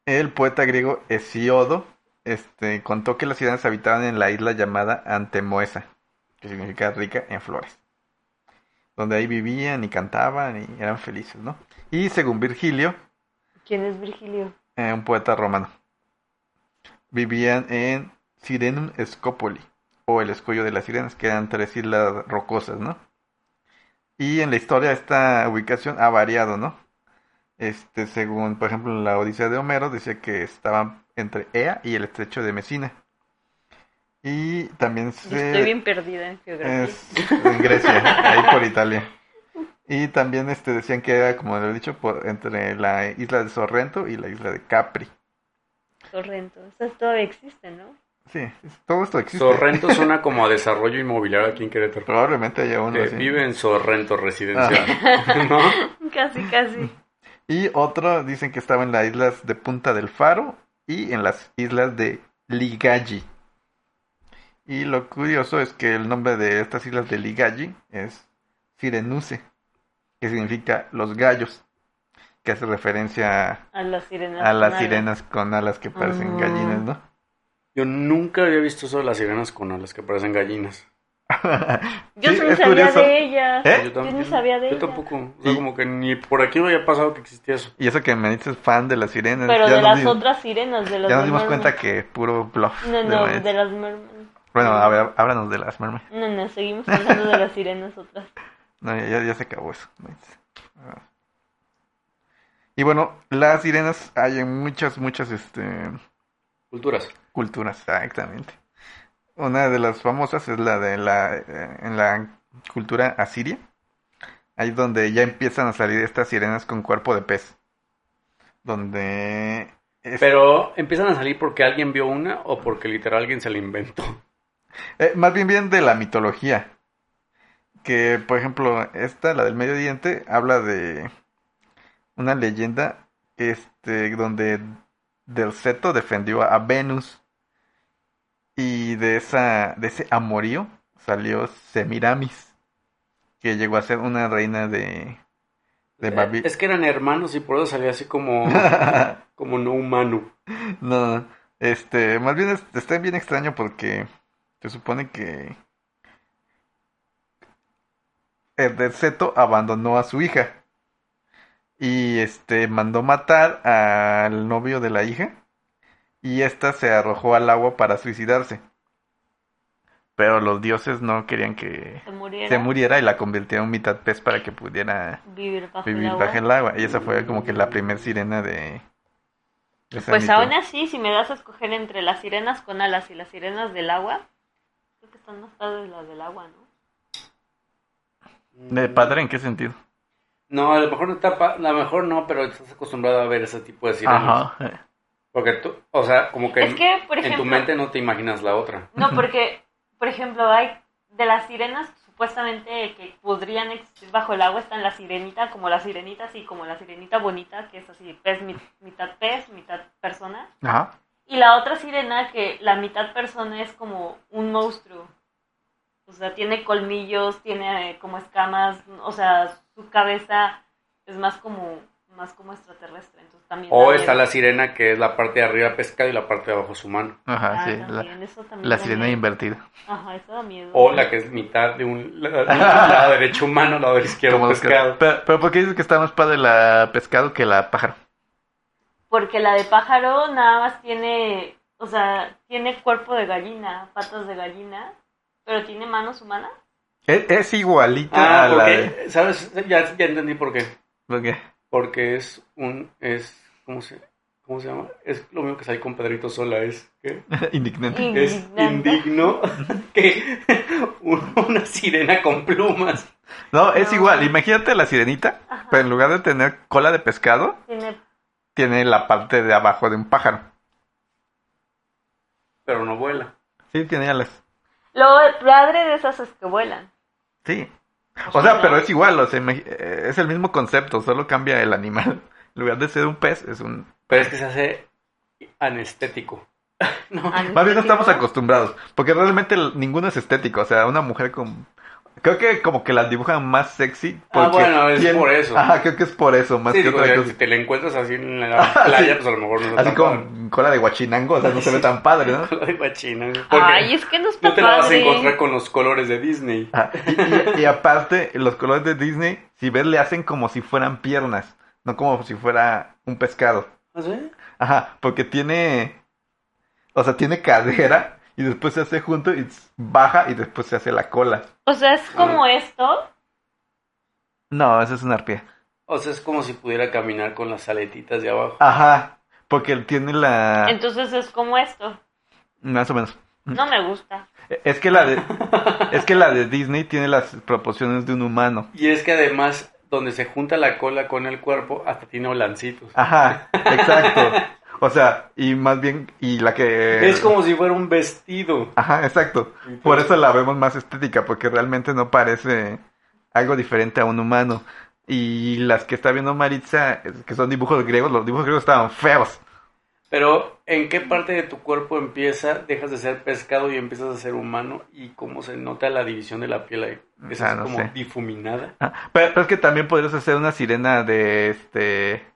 [SPEAKER 3] El poeta griego Hesiodo este, contó que las sirenas habitaban en la isla llamada Antemoesa, que significa rica en flores. Donde ahí vivían y cantaban y eran felices, ¿no? Y según Virgilio,
[SPEAKER 2] ¿Quién es Virgilio?
[SPEAKER 3] eh, un poeta romano. Vivían en Sirenum Scopoli, o el escollo de las sirenas, que eran tres islas rocosas, ¿no? Y en la historia esta ubicación ha variado, ¿no? Este, según, por ejemplo, la Odisea de Homero, decía que estaban entre Ea y el estrecho de Mesina. Y también
[SPEAKER 2] Yo
[SPEAKER 3] se...
[SPEAKER 2] estoy bien perdida en geografía.
[SPEAKER 3] Es en Grecia, ahí por Italia. Y también este, decían que era, como lo he dicho, por, entre la isla de Sorrento y la isla de Capri.
[SPEAKER 2] Sorrento. Esas todavía existen, ¿no? <laughs>
[SPEAKER 3] Sí, es- todo esto existe.
[SPEAKER 1] Sorrento suena como a desarrollo inmobiliario aquí en Querétaro.
[SPEAKER 3] Probablemente
[SPEAKER 2] Ah,
[SPEAKER 3] haya uno
[SPEAKER 1] Que
[SPEAKER 3] así.
[SPEAKER 1] vive en Sorrento residencial. ¿No?
[SPEAKER 2] Casi, casi.
[SPEAKER 3] Y otro dicen que estaba en las islas de Punta del Faro y en las islas de Ligalli. Y lo curioso es que el nombre de estas islas de Ligalli es Sirenuse, que significa los gallos, que hace referencia a
[SPEAKER 2] A las sirenas.
[SPEAKER 3] a las
[SPEAKER 2] con alas.
[SPEAKER 3] sirenas con alas que parecen
[SPEAKER 2] Ah.
[SPEAKER 3] gallinas, ¿no? <laughs>
[SPEAKER 1] Yo nunca había visto eso de las sirenas con alas que parecen gallinas.
[SPEAKER 2] Yo
[SPEAKER 3] Sí,
[SPEAKER 2] no
[SPEAKER 3] es
[SPEAKER 2] sabía
[SPEAKER 3] curioso.
[SPEAKER 2] de ellas.
[SPEAKER 3] ¿Eh?
[SPEAKER 2] Yo ni sabía de
[SPEAKER 1] Yo
[SPEAKER 2] ellas.
[SPEAKER 1] tampoco. O sea,
[SPEAKER 3] Y-
[SPEAKER 1] como que ni por aquí me había pasado que existía eso.
[SPEAKER 3] Y eso que me dices fan de las sirenas.
[SPEAKER 2] Pero
[SPEAKER 3] ya
[SPEAKER 2] de
[SPEAKER 3] nos
[SPEAKER 2] las
[SPEAKER 3] di-
[SPEAKER 2] otras sirenas, de las
[SPEAKER 3] Ya
[SPEAKER 2] de
[SPEAKER 3] nos dimos
[SPEAKER 2] mermen.
[SPEAKER 3] cuenta que puro bluff.
[SPEAKER 2] No,
[SPEAKER 3] de
[SPEAKER 2] no,
[SPEAKER 3] Maritz.
[SPEAKER 2] de las mermen.
[SPEAKER 3] Bueno, a ver, háblanos de las mermaids.
[SPEAKER 2] No, no, seguimos hablando de las sirenas otras.
[SPEAKER 3] No, ya, ya- ya se acabó eso. Maritz. Ah. Y bueno, las sirenas hay en muchas, muchas este,
[SPEAKER 1] Culturas.
[SPEAKER 3] culturas, exactamente. Una de las famosas es la de la, eh, en la cultura asiria. Ahí es donde ya empiezan a salir estas sirenas con cuerpo de pez. Donde... es-
[SPEAKER 1] Pero empiezan a salir porque alguien vio una o porque literal alguien se la inventó.
[SPEAKER 3] Eh, más bien bien de la mitología. Que, por ejemplo, esta, la del Medio Oriente, habla de una leyenda este, donde Derceto defendió a Venus. Y de, esa, de ese amorío salió Semiramis, que llegó a ser una reina de, de
[SPEAKER 1] Eh,
[SPEAKER 3] Babi-
[SPEAKER 1] Es que eran hermanos y por eso salía así
[SPEAKER 3] <laughs>
[SPEAKER 1] como, como no humano.
[SPEAKER 3] No, no, este, más bien es- está bien extraño porque se supone que el Derceto abandonó a su hija y este mandó matar al novio de la hija y esta se arrojó al agua para suicidarse. pero los dioses no querían que
[SPEAKER 2] Se muriera.
[SPEAKER 3] se muriera y la convirtieron en mitad pez para que pudiera
[SPEAKER 2] Vivir bajo el
[SPEAKER 3] vivir
[SPEAKER 2] agua.
[SPEAKER 3] bajo el agua. Y esa fue como que la primer sirena de... de ese
[SPEAKER 2] Pues
[SPEAKER 3] mito.
[SPEAKER 2] aún así, si me das a escoger entre las sirenas con alas y las sirenas del agua, creo que están más padres las del agua, ¿no?
[SPEAKER 3] ¿De padre en qué sentido?
[SPEAKER 1] No, a lo mejor no está pa- a lo mejor no, pero estás acostumbrado a ver ese tipo de sirenas.
[SPEAKER 3] Ajá.
[SPEAKER 1] Porque tú, o sea, como que,
[SPEAKER 2] es que, por
[SPEAKER 1] en
[SPEAKER 2] ejemplo,
[SPEAKER 1] tu mente no te imaginas la otra.
[SPEAKER 2] no, porque, por ejemplo, hay de las sirenas supuestamente que podrían existir bajo el agua están la sirenita, como la sirenita, sí, como la sirenita bonita, que es así, pez, mi- mitad pez, mitad persona.
[SPEAKER 3] Ajá.
[SPEAKER 2] Y la otra sirena que la mitad persona es como un monstruo. O sea, tiene colmillos, tiene eh, como escamas, o sea, su cabeza es más como más como extraterrestre, entonces también
[SPEAKER 1] O
[SPEAKER 3] Oh,
[SPEAKER 2] da
[SPEAKER 1] está
[SPEAKER 2] miedo.
[SPEAKER 1] la sirena que es la parte de arriba pescado y la parte de abajo es humano.
[SPEAKER 3] Ajá,
[SPEAKER 2] Ah,
[SPEAKER 3] sí. La,
[SPEAKER 2] también, eso también
[SPEAKER 3] la
[SPEAKER 2] da
[SPEAKER 3] sirena
[SPEAKER 2] miedo.
[SPEAKER 3] invertida.
[SPEAKER 2] Ajá, eso da miedo.
[SPEAKER 1] O la que es mitad de un la- la-
[SPEAKER 3] <laughs>
[SPEAKER 1] lado derecho humano, lado izquierdo
[SPEAKER 3] Como los que-
[SPEAKER 1] pescado.
[SPEAKER 3] Pero, pero ¿por qué dices que está más padre la pescado que la pájaro?
[SPEAKER 2] Porque la de pájaro nada más tiene, o sea, tiene cuerpo de gallina, patas de gallina, pero tiene manos humanas.
[SPEAKER 3] Es, E, es igualita
[SPEAKER 1] Ah,
[SPEAKER 3] a la de...
[SPEAKER 1] porque, ¿sabes? Ya, ya entendí por qué.
[SPEAKER 3] ¿Por qué?
[SPEAKER 1] Porque es un, es, ¿cómo se, cómo se llama? Es lo mismo que sale con Pedrito Sola, es que
[SPEAKER 3] <laughs> Indignante.
[SPEAKER 1] es
[SPEAKER 2] Indignante.
[SPEAKER 1] indigno <laughs> que un- una sirena con plumas.
[SPEAKER 3] No, es
[SPEAKER 2] No.
[SPEAKER 3] igual. Imagínate la sirenita,
[SPEAKER 2] Ajá.
[SPEAKER 3] pero en lugar de tener cola de pescado,
[SPEAKER 2] Tiene
[SPEAKER 3] tiene la parte de abajo de un pájaro.
[SPEAKER 1] Pero no vuela.
[SPEAKER 3] Sí, tiene alas.
[SPEAKER 2] lo padre de esas es que vuelan.
[SPEAKER 3] Sí. O sea, pero
[SPEAKER 2] no.
[SPEAKER 3] es igual, o sea, imagi- eh, es el mismo concepto, solo cambia el animal. <laughs> En lugar de ser un pez, es un...
[SPEAKER 1] Pero es que se hace anestético. <laughs> No,
[SPEAKER 2] Ah,
[SPEAKER 3] Más bien no estamos
[SPEAKER 2] Anestésico.
[SPEAKER 3] acostumbrados, porque realmente el- ninguno es estético, o sea, una mujer con... Creo que como que las dibujan más sexy.
[SPEAKER 1] Ah,
[SPEAKER 3] porque
[SPEAKER 1] bueno, es por eso.
[SPEAKER 3] Ajá, creo que es por eso, más
[SPEAKER 1] Sí,
[SPEAKER 3] que
[SPEAKER 1] digo,
[SPEAKER 3] otra
[SPEAKER 1] ya,
[SPEAKER 3] cosa.
[SPEAKER 1] si te la encuentras así en la playa, pues a lo mejor no
[SPEAKER 3] Así con cola de guachinango, o sea, no se ve tan <laughs>
[SPEAKER 1] <laughs>
[SPEAKER 3] padre, ¿no?
[SPEAKER 1] la de guachina. Porque
[SPEAKER 2] Ay, es que no está
[SPEAKER 1] no te la vas a
[SPEAKER 2] padre.
[SPEAKER 1] encontrar con los colores de Disney.
[SPEAKER 3] Ajá, Y, y- y aparte, los colores de Disney, si ves, le hacen como si fueran piernas, no como si fuera un pescado.
[SPEAKER 1] ¿Ah, sí?
[SPEAKER 3] Ajá, porque tiene, o sea, tiene cadera y después se hace junto y s- baja y después se hace la cola.
[SPEAKER 2] O sea, es como
[SPEAKER 3] Ah.
[SPEAKER 2] esto.
[SPEAKER 3] No, esa es una arpía.
[SPEAKER 1] O sea, es como si pudiera caminar con las aletitas de abajo.
[SPEAKER 3] Ajá, porque él tiene la...
[SPEAKER 2] Entonces es como esto.
[SPEAKER 3] Más o menos. E,
[SPEAKER 2] No me gusta.
[SPEAKER 3] Es que la de, es que la de Disney tiene las proporciones de un humano.
[SPEAKER 1] Y es que además, donde se junta la cola con el cuerpo, hasta tiene olancitos.
[SPEAKER 3] Ajá, exacto. O sea, y más bien, y la que...
[SPEAKER 1] Es como si fuera un vestido.
[SPEAKER 3] Ajá, exacto. Por eso la vemos más estética, porque realmente no parece algo diferente a un humano. Y las que está viendo Maritza, es que son dibujos griegos, los dibujos griegos estaban feos.
[SPEAKER 1] Pero, ¿en qué parte de tu cuerpo empieza, dejas de ser pescado y empiezas a ser humano? Y cómo se nota la división de la piel ahí. Es
[SPEAKER 3] Ah,
[SPEAKER 1] así
[SPEAKER 3] no
[SPEAKER 1] como
[SPEAKER 3] sé.
[SPEAKER 1] difuminada.
[SPEAKER 3] Ah, Pero, pero es que también podrías hacer una sirena de este...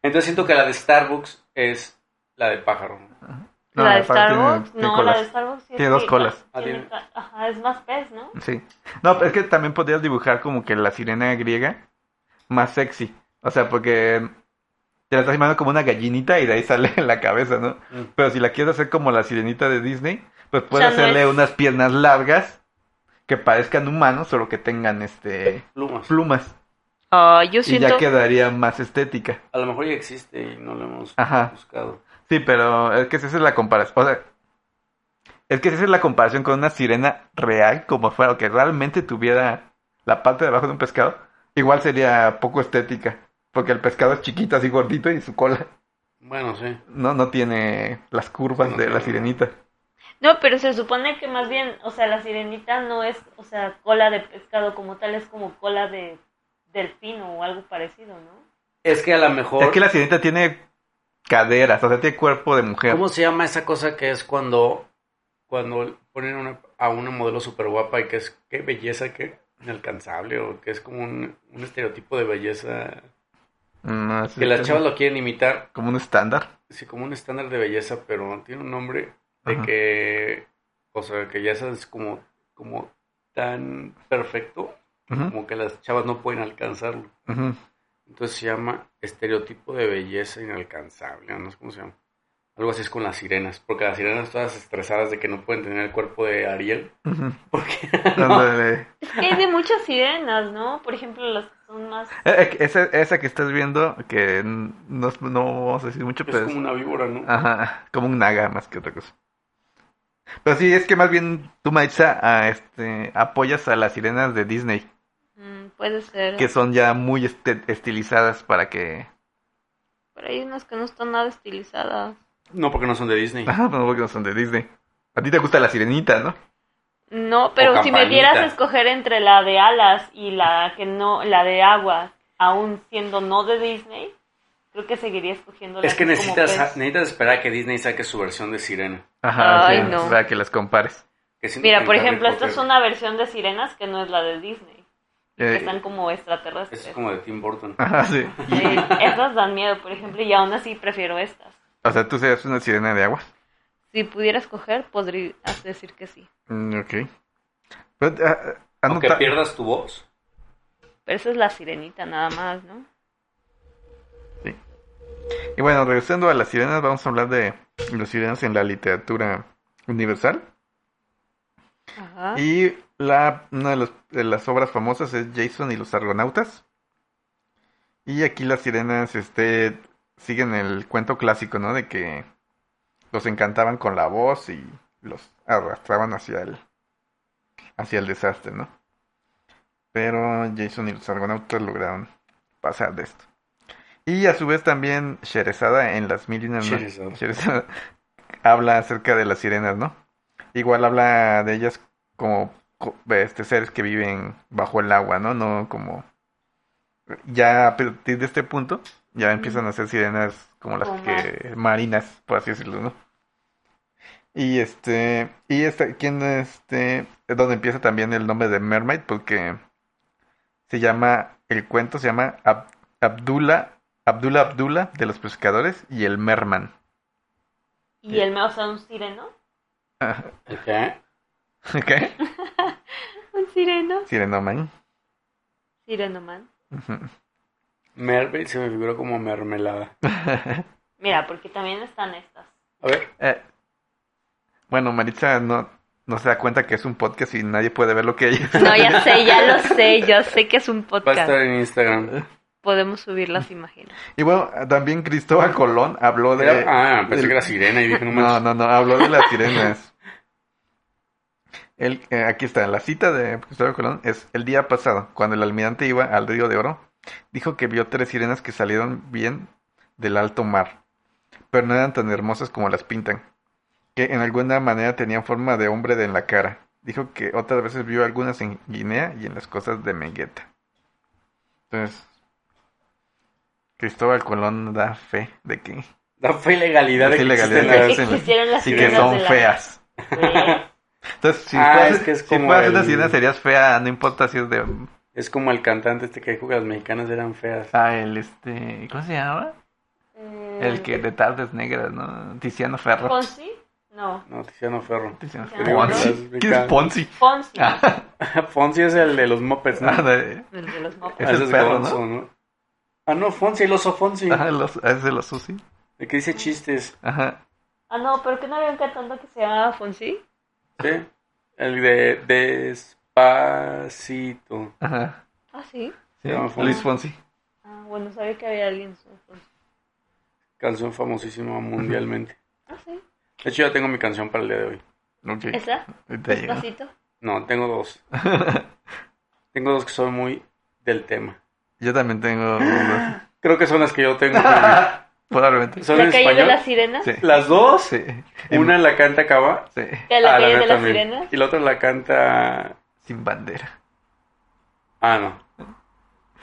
[SPEAKER 1] Entonces siento que la de Starbucks es la de pájaro. ¿no?
[SPEAKER 3] no,
[SPEAKER 2] la de
[SPEAKER 3] aparte tiene-
[SPEAKER 2] Starbucks,
[SPEAKER 3] tiene
[SPEAKER 2] no,
[SPEAKER 3] colas.
[SPEAKER 2] la de Starbucks sí es
[SPEAKER 3] Tiene dos
[SPEAKER 2] que-
[SPEAKER 3] colas.
[SPEAKER 1] Ah,
[SPEAKER 2] tiene
[SPEAKER 1] tiene.
[SPEAKER 2] ca- Ajá, es más pez, ¿no?
[SPEAKER 3] Sí. No, pero es que también podrías dibujar como que la sirena griega más sexy. O sea, porque te la estás imaginando como una gallinita y de ahí sale <laughs> la cabeza, ¿no?
[SPEAKER 1] Mm.
[SPEAKER 3] Pero si la quieres hacer como la sirenita de Disney, pues puedes
[SPEAKER 2] O sea, no
[SPEAKER 3] hacerle
[SPEAKER 2] es-
[SPEAKER 3] unas piernas largas que parezcan humanos, solo que tengan este
[SPEAKER 1] Plumas.
[SPEAKER 3] plumas.
[SPEAKER 2] Ah, yo
[SPEAKER 3] Y ya quedaría más estética.
[SPEAKER 1] A lo mejor ya existe y no lo hemos
[SPEAKER 3] Ajá.
[SPEAKER 1] buscado.
[SPEAKER 3] Sí, pero es que esa es la comparación. O sea, es que esa es la comparación con una sirena real, como fuera, que realmente tuviera la parte de abajo de un pescado. Igual sería poco estética, porque el pescado es chiquito, así gordito, y su cola
[SPEAKER 1] Bueno, sí.
[SPEAKER 3] no, no tiene las curvas
[SPEAKER 1] No
[SPEAKER 3] de la
[SPEAKER 1] tiene.
[SPEAKER 3] sirenita.
[SPEAKER 2] No, pero se supone que más bien, o sea, la sirenita no es, o sea, cola de pescado como tal, es como cola de delfino o algo parecido, ¿no?
[SPEAKER 1] Es que a lo mejor...
[SPEAKER 3] Es que la sirenita tiene caderas, o sea, tiene cuerpo de mujer.
[SPEAKER 1] ¿Cómo se llama esa cosa que es cuando, cuando ponen una- a una modelo súper guapa y que es qué belleza que inalcanzable o que es como un, un estereotipo de belleza
[SPEAKER 3] Mm, No, sí,
[SPEAKER 1] que las
[SPEAKER 3] es
[SPEAKER 1] chavas lo quieren imitar,
[SPEAKER 3] Como un estándar.
[SPEAKER 1] sí, como un estándar de belleza, pero tiene un nombre de
[SPEAKER 3] Ajá.
[SPEAKER 1] que, o sea, que ya es como, como tan perfecto
[SPEAKER 3] Ujú,
[SPEAKER 1] como que las chavas no pueden alcanzarlo.
[SPEAKER 3] ujú.
[SPEAKER 1] Entonces se llama estereotipo de belleza inalcanzable, no sé cómo se llama. Algo así es con las sirenas, porque las sirenas todas estresadas de que no pueden tener el cuerpo de Ariel. <laughs>
[SPEAKER 3] Ujú.
[SPEAKER 1] Porque
[SPEAKER 3] Dándole-
[SPEAKER 2] Es que hay de muchas sirenas, ¿no? Por ejemplo, las que son más...
[SPEAKER 3] Eh, eh, Esa, esa que estás viendo, que n- no, es- no vamos a decir mucho,
[SPEAKER 1] es
[SPEAKER 3] pero
[SPEAKER 1] como
[SPEAKER 3] es-
[SPEAKER 1] una víbora, ¿no?
[SPEAKER 3] ah. ajá, como un naga más que otra cosa. Pero sí, es que más bien tú, Maritza, a este, apoyas a las sirenas de Disney,
[SPEAKER 2] mm, puede ser.
[SPEAKER 3] que son ya muy este- estilizadas para que... <laughs>
[SPEAKER 2] Pero hay unas que no están nada estilizadas.
[SPEAKER 1] No, porque no son de Disney.
[SPEAKER 3] Ajá, no, porque no son de Disney. A ti te gusta la sirenita, ¿no?
[SPEAKER 2] No, pero si me
[SPEAKER 1] campanita.
[SPEAKER 2] dieras a escoger entre la de alas y la que no, la de agua, aún siendo no de Disney, creo que seguiría escogiendo la
[SPEAKER 1] Es que
[SPEAKER 2] como
[SPEAKER 1] necesitas,
[SPEAKER 2] pez.
[SPEAKER 1] necesitas esperar a que Disney saque su versión de sirena.
[SPEAKER 3] Ajá,
[SPEAKER 2] Ay,
[SPEAKER 3] sí,
[SPEAKER 2] no.
[SPEAKER 3] para que las compares.
[SPEAKER 1] Que siento que
[SPEAKER 2] Mira,
[SPEAKER 1] en
[SPEAKER 2] por
[SPEAKER 1] Harry
[SPEAKER 2] ejemplo, esta es
[SPEAKER 1] Potter
[SPEAKER 2] una versión de sirenas que no es la de Disney. Que
[SPEAKER 3] Eh,
[SPEAKER 2] están como
[SPEAKER 1] Es
[SPEAKER 2] extraterrestres.
[SPEAKER 1] como de Tim Burton.
[SPEAKER 3] Ajá, sí.
[SPEAKER 2] Sí, esas dan miedo, por ejemplo, y aún así prefiero estas.
[SPEAKER 3] O sea, tú serías una sirena de agua.
[SPEAKER 2] Si pudiera escoger, podrías decir que sí.
[SPEAKER 3] Mm, ok. Pero, ah, ah, han
[SPEAKER 1] Aunque
[SPEAKER 3] nota-
[SPEAKER 1] pierdas tu voz.
[SPEAKER 2] Pero esa es la sirenita nada más, ¿no?
[SPEAKER 3] Y bueno, regresando a las sirenas, vamos a hablar de las sirenas en la literatura universal.
[SPEAKER 2] Ajá.
[SPEAKER 3] Y la, una de, los- de las obras famosas es Jason y los Argonautas. Y aquí las sirenas este, siguen el cuento clásico, ¿no? De que los encantaban con la voz y los arrastraban hacia el, hacia el desastre, ¿no? Pero Jason y los Argonautas lograron pasar de esto. Y a su vez también Sherezada en las mil y una no-
[SPEAKER 1] Sherezada.
[SPEAKER 3] Sherezada <laughs> habla acerca de las sirenas, ¿no? Igual habla de ellas como co- este, seres que viven bajo el agua, ¿no? No como... Ya a partir de este punto, ya empiezan a ser sirenas como las
[SPEAKER 2] Como
[SPEAKER 3] que... marinas, por así decirlo, ¿no? Y este... Y esta, ¿quién este? Es donde empieza también el nombre de Mermaid, porque se llama... El cuento se llama Ab- Abdullah, Abdullah Abdullah de los pescadores y el Merman. <laughs>
[SPEAKER 2] Y el meo, o sea, un sireno.
[SPEAKER 3] Ajá,
[SPEAKER 1] Ajá.
[SPEAKER 3] ¿Ok?
[SPEAKER 2] Un sireno.
[SPEAKER 3] Sirenoman.
[SPEAKER 2] Sirenoman.
[SPEAKER 3] Ujú.
[SPEAKER 1] Mermaid se me figuró como mermelada.
[SPEAKER 2] Mira, porque también están
[SPEAKER 3] <laughs>
[SPEAKER 2] estas.
[SPEAKER 1] A ver,
[SPEAKER 3] Eh, bueno, Maritza no, no se da cuenta que es un podcast y nadie puede ver lo que ella. <laughs>
[SPEAKER 2] No, ya sé, ya lo sé, ya sé que es un
[SPEAKER 1] va a estar
[SPEAKER 2] podcast.
[SPEAKER 1] en Instagram.
[SPEAKER 2] Podemos subir las imágenes.
[SPEAKER 3] Y bueno, también Cristóbal Colón habló de.
[SPEAKER 1] Ah, pensé
[SPEAKER 3] del-
[SPEAKER 1] que era sirena y dije, no
[SPEAKER 3] <laughs> No,
[SPEAKER 1] manches.
[SPEAKER 3] no, no, habló de las sirenas. El, eh, aquí está, la cita de Cristóbal Colón es el día pasado, cuando el almirante iba al río de Oro, dijo que vio tres sirenas que salieron bien del alto mar, pero no eran tan hermosas como las pintan, que en alguna manera tenían forma de hombre de en la cara. Dijo que otras veces vio algunas en Guinea y en las costas de Mengueta. Entonces, Cristóbal Colón da fe de que
[SPEAKER 1] Da fe y legalidad de
[SPEAKER 3] Sí,
[SPEAKER 1] que
[SPEAKER 3] legalidad.
[SPEAKER 1] existen
[SPEAKER 2] Que
[SPEAKER 1] las-
[SPEAKER 2] existieron las
[SPEAKER 3] sí, y que
[SPEAKER 2] sirenas
[SPEAKER 3] son
[SPEAKER 2] de la-
[SPEAKER 3] feas. Entonces, si
[SPEAKER 1] Ah,
[SPEAKER 3] fueras,
[SPEAKER 1] es que es
[SPEAKER 3] si
[SPEAKER 1] como
[SPEAKER 3] fueras una
[SPEAKER 1] el-
[SPEAKER 3] sirena serías fea, no importa si es de...
[SPEAKER 1] Es como el cantante este que dijo que las mexicanas eran feas.
[SPEAKER 3] Ah, el este... ¿Cómo se llama?
[SPEAKER 2] Mm,
[SPEAKER 3] El que de tardes negras, ¿no? Tiziano Ferro.
[SPEAKER 2] ¿Ponzi? No.
[SPEAKER 1] No, Tiziano Ferro.
[SPEAKER 3] Tiziano
[SPEAKER 2] Tiziano
[SPEAKER 3] Ferro. Ponzi.
[SPEAKER 1] Ferro.
[SPEAKER 3] ¿Quién es Ponzi?
[SPEAKER 2] Ponzi.
[SPEAKER 3] Ah,
[SPEAKER 1] <laughs> Fonsi es el de los mopeds, ¿no?
[SPEAKER 3] ah, de-
[SPEAKER 2] El de los mopeds.
[SPEAKER 3] Es el
[SPEAKER 1] Ese
[SPEAKER 3] perro, ¿no?
[SPEAKER 1] Gonzo, Ah, no, Fonsi, el oso Fonsi.
[SPEAKER 3] ah, los- ah, es de los Susi.
[SPEAKER 1] El que dice chistes.
[SPEAKER 3] Ajá.
[SPEAKER 2] Ah, no, pero que no había un cantante que se llamaba Fonsi.
[SPEAKER 1] ¿sí? El de Despacito.
[SPEAKER 3] Ajá.
[SPEAKER 2] Ah, sí.
[SPEAKER 3] Sí,
[SPEAKER 1] Se llama Fonsi.
[SPEAKER 3] Luis Fonsi.
[SPEAKER 2] Ah, bueno, sabía que había alguien. que se llamaba Fonsi.
[SPEAKER 1] Canción famosísima mundialmente.
[SPEAKER 2] Ah, sí.
[SPEAKER 1] De hecho, ya tengo mi canción para el día de hoy.
[SPEAKER 3] Ok.
[SPEAKER 2] ¿Esa?
[SPEAKER 3] Ahorita llega.
[SPEAKER 2] Despacito.
[SPEAKER 1] No, tengo
[SPEAKER 3] <laughs>
[SPEAKER 1] dos. Tengo dos que soy muy del tema.
[SPEAKER 3] Yo también tengo...
[SPEAKER 1] Creo que son las que yo
[SPEAKER 3] <laughs>
[SPEAKER 1] tengo. Ah.
[SPEAKER 3] Probablemente.
[SPEAKER 1] ¿Son
[SPEAKER 2] ¿La
[SPEAKER 1] en
[SPEAKER 2] calle de
[SPEAKER 1] español?
[SPEAKER 2] las sirenas?
[SPEAKER 3] Sí.
[SPEAKER 1] Las dos.
[SPEAKER 3] Sí.
[SPEAKER 1] Una la canta Cava.
[SPEAKER 3] Sí.
[SPEAKER 2] ¿De
[SPEAKER 1] Ah,
[SPEAKER 2] la calle
[SPEAKER 1] mía
[SPEAKER 2] de las
[SPEAKER 1] también.
[SPEAKER 2] sirenas?
[SPEAKER 1] Y la otra la canta...
[SPEAKER 3] Sin bandera.
[SPEAKER 1] Ah, no.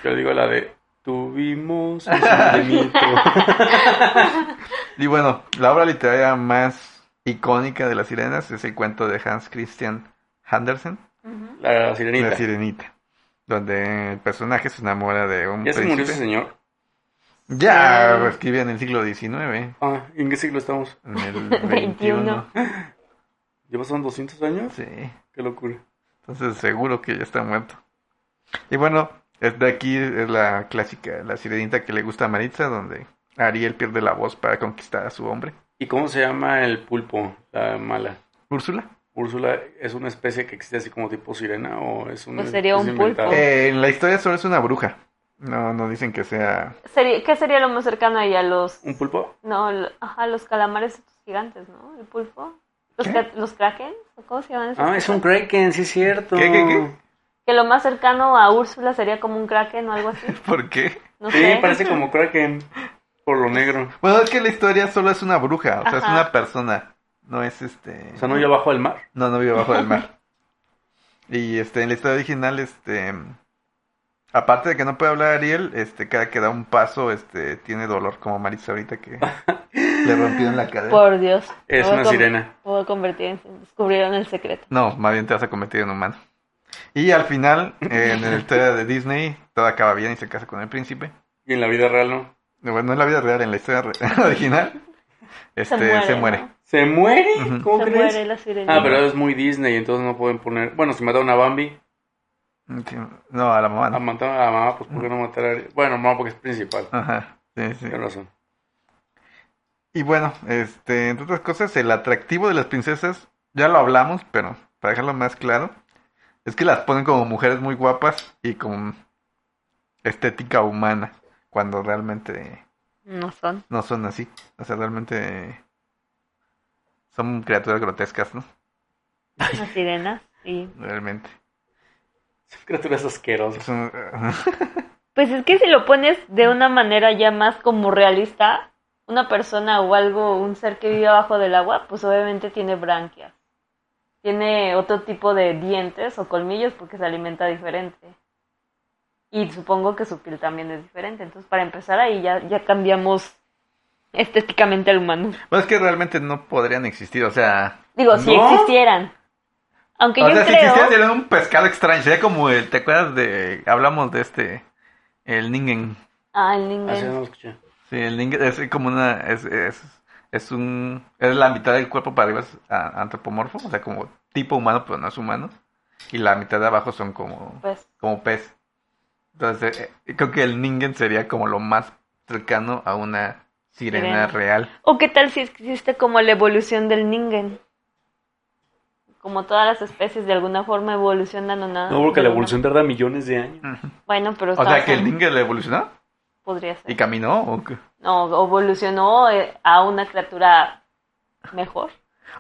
[SPEAKER 1] Yo digo la de... Tuvimos un
[SPEAKER 2] <laughs>
[SPEAKER 1] sirenito.
[SPEAKER 3] Y bueno, la obra literaria más icónica de las sirenas es el cuento de Hans Christian Andersen,
[SPEAKER 2] Ujú.
[SPEAKER 1] La sirenita.
[SPEAKER 3] La Sirenita, donde el personaje se enamora de un
[SPEAKER 1] ¿Ya se murió ese
[SPEAKER 3] príncipe.
[SPEAKER 1] señor?
[SPEAKER 3] Ya,
[SPEAKER 2] Sí.
[SPEAKER 3] lo escribía en el siglo XIX,
[SPEAKER 1] Ah, ¿en qué siglo estamos?
[SPEAKER 3] en el
[SPEAKER 2] 21.
[SPEAKER 3] 21.
[SPEAKER 1] ¿Ya pasaron 200 años?
[SPEAKER 3] Sí,
[SPEAKER 1] Qué locura.
[SPEAKER 3] entonces seguro que ya está muerto. Y bueno, es de aquí es la clásica, la sirenita que le gusta a Maritza, donde Ariel pierde la voz para conquistar a su hombre.
[SPEAKER 1] ¿Y cómo se llama el pulpo, la mala?
[SPEAKER 3] ¿Úrsula?
[SPEAKER 1] ¿Úrsula es una especie que existe así como tipo sirena o es un...
[SPEAKER 2] Pues sería un
[SPEAKER 1] Oh.
[SPEAKER 2] pulpo.
[SPEAKER 3] Eh, en la historia solo es una bruja. No, no dicen que sea...
[SPEAKER 2] Sería- ¿Qué sería lo más cercano ahí a los...
[SPEAKER 1] ¿Un pulpo?
[SPEAKER 2] No, lo- ajá, los calamares estos gigantes, ¿no? El pulpo. Los,
[SPEAKER 3] ¿Qué?
[SPEAKER 2] ca- los kraken, ¿o ¿cómo se llaman esos?
[SPEAKER 1] Ah, es un kraken, sí es cierto.
[SPEAKER 3] ¿Qué, qué, qué?
[SPEAKER 2] Que lo más cercano a Úrsula sería como un kraken o algo así.
[SPEAKER 3] <laughs> ¿Por qué?
[SPEAKER 2] No
[SPEAKER 1] Sí,
[SPEAKER 2] sé.
[SPEAKER 1] parece como kraken por lo negro.
[SPEAKER 3] Bueno, es que la historia solo es una bruja, o sea, es
[SPEAKER 2] Ajá.
[SPEAKER 3] una persona. No es este...
[SPEAKER 1] O sea, no yo bajo el mar.
[SPEAKER 3] No, no vive abajo
[SPEAKER 1] <laughs>
[SPEAKER 3] del mar. Y este, en la historia original, este, aparte de que no puede hablar Ariel, este, cada que da un paso, este, tiene dolor, como Marisa ahorita que le
[SPEAKER 1] <laughs>
[SPEAKER 3] rompieron la cadera.
[SPEAKER 2] Por Dios.
[SPEAKER 1] Es
[SPEAKER 2] Me voy a
[SPEAKER 1] una
[SPEAKER 2] con-
[SPEAKER 1] sirena.
[SPEAKER 2] me voy a convertir en... Descubrieron el secreto.
[SPEAKER 3] No, más bien te vas a convertir en humano. Y al final, eh, en la historia de Disney, todo acaba bien y se casa con el príncipe.
[SPEAKER 1] Y en la vida real no.
[SPEAKER 3] Bueno, en la vida real, en la historia re- <laughs> original, este, se
[SPEAKER 2] ¿no?
[SPEAKER 3] muere.
[SPEAKER 1] ¿Se muere?
[SPEAKER 3] Ujú.
[SPEAKER 1] ¿Cómo
[SPEAKER 2] Se
[SPEAKER 1] crees?
[SPEAKER 2] muere la sirena.
[SPEAKER 1] Ah, pero es muy Disney, entonces no pueden poner... Bueno, si mataron a Bambi,
[SPEAKER 3] Sí, No, a la mamá.
[SPEAKER 1] a
[SPEAKER 3] no.
[SPEAKER 1] mataron a la mamá, pues ¿por qué no
[SPEAKER 3] Ah.
[SPEAKER 1] matar a... Bueno, mamá porque es principal.
[SPEAKER 3] Ajá, sí, sí.
[SPEAKER 1] Tienes razón. <laughs>
[SPEAKER 3] Y bueno, este, entre otras cosas, el atractivo de las princesas, ya lo hablamos, pero para dejarlo más claro, es que las ponen como mujeres muy guapas y con estética humana, cuando realmente
[SPEAKER 2] No son.
[SPEAKER 3] no son así. O sea, realmente son criaturas grotescas, ¿no?
[SPEAKER 2] Una sirena. Sí.
[SPEAKER 3] Realmente.
[SPEAKER 1] Son criaturas asquerosas.
[SPEAKER 3] <laughs> Son-
[SPEAKER 2] Pues es que si lo pones de una manera ya más como realista, una persona o algo, un ser que vive abajo del agua, pues obviamente tiene branquias. Tiene otro tipo de dientes o colmillos porque se alimenta diferente. Y supongo que su piel también es diferente. Entonces, para empezar ahí ya, ya cambiamos estéticamente al humano.
[SPEAKER 3] Bueno, es que realmente no podrían existir, o sea,
[SPEAKER 2] Digo, si
[SPEAKER 1] ¿No?
[SPEAKER 2] existieran. Aunque
[SPEAKER 3] o
[SPEAKER 2] yo
[SPEAKER 3] sea, si
[SPEAKER 2] creo...
[SPEAKER 3] existiera sería un pescado extraño, sería como el, ¿te acuerdas de, hablamos de este, el Ningen?
[SPEAKER 2] Ah, el Ningen.
[SPEAKER 1] Así no lo escuché.
[SPEAKER 3] Sí, el Ning es como una, es, es, es un, es la mitad del cuerpo para arriba es a- antropomorfo, o sea, como tipo humano, pero no es humano, y la mitad de abajo son como,
[SPEAKER 2] Pues,
[SPEAKER 3] como pez. Entonces, eh, eh, creo que el Ningen sería como lo más cercano a una sirena
[SPEAKER 2] Sirena.
[SPEAKER 3] real.
[SPEAKER 2] ¿O qué tal si existe como la evolución del Ningen? Como todas las especies de alguna forma evolucionan o nada.
[SPEAKER 1] No, porque
[SPEAKER 2] de
[SPEAKER 1] la
[SPEAKER 2] alguna-
[SPEAKER 1] evolución tarda millones de <gasps> años.
[SPEAKER 2] Bueno, pero
[SPEAKER 3] O sea,
[SPEAKER 2] estamos
[SPEAKER 3] que el
[SPEAKER 2] en-
[SPEAKER 3] Ningen le evolucionó
[SPEAKER 2] podría ser.
[SPEAKER 3] y caminó, o, qué?
[SPEAKER 2] No, evolucionó eh, a una criatura mejor.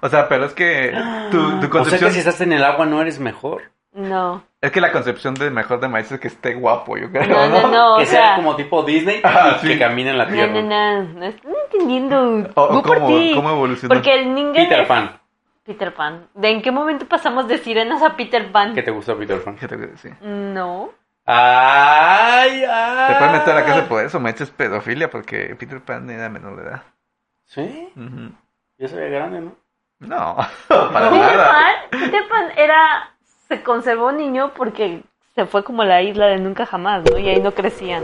[SPEAKER 3] o sea, pero es que
[SPEAKER 2] <gasps>
[SPEAKER 3] tu, tu
[SPEAKER 1] O sea
[SPEAKER 3] concepción,
[SPEAKER 1] que si estás en el agua no eres mejor.
[SPEAKER 2] No.
[SPEAKER 3] es que la concepción de mejor de maíz es que esté guapo, yo creo,
[SPEAKER 2] <laughs> No, no, no. o
[SPEAKER 1] que sea
[SPEAKER 2] sea,
[SPEAKER 1] como tipo Disney
[SPEAKER 3] Ah,
[SPEAKER 1] y
[SPEAKER 3] sí.
[SPEAKER 1] que camina en la
[SPEAKER 2] No,
[SPEAKER 1] tierra.
[SPEAKER 2] no, no. No estoy entendiendo.
[SPEAKER 3] O, o
[SPEAKER 2] Voy por
[SPEAKER 3] cómo,
[SPEAKER 2] ti.
[SPEAKER 3] cómo evolucionó.
[SPEAKER 2] Porque el Ningen.
[SPEAKER 1] Peter
[SPEAKER 2] es-
[SPEAKER 1] Pan.
[SPEAKER 2] Peter Pan. ¿De en qué momento pasamos de sirenas a Peter Pan?
[SPEAKER 1] ¿Qué te gusta Peter Pan?
[SPEAKER 3] Fíjate que sí.
[SPEAKER 2] No.
[SPEAKER 1] Ay, ay.
[SPEAKER 3] Te pueden meter a la
[SPEAKER 2] Ah.
[SPEAKER 3] casa por eso, me eches pedofilia porque Peter Pan era menor de edad.
[SPEAKER 1] Sí,
[SPEAKER 3] Ujú.
[SPEAKER 1] yo soy grande, ¿no?
[SPEAKER 3] No, <laughs> para
[SPEAKER 2] Peter
[SPEAKER 3] nada.
[SPEAKER 2] Pan, Peter Pan era, se conservó niño porque se fue como a la isla de nunca jamás, ¿no? Y ahí no crecían.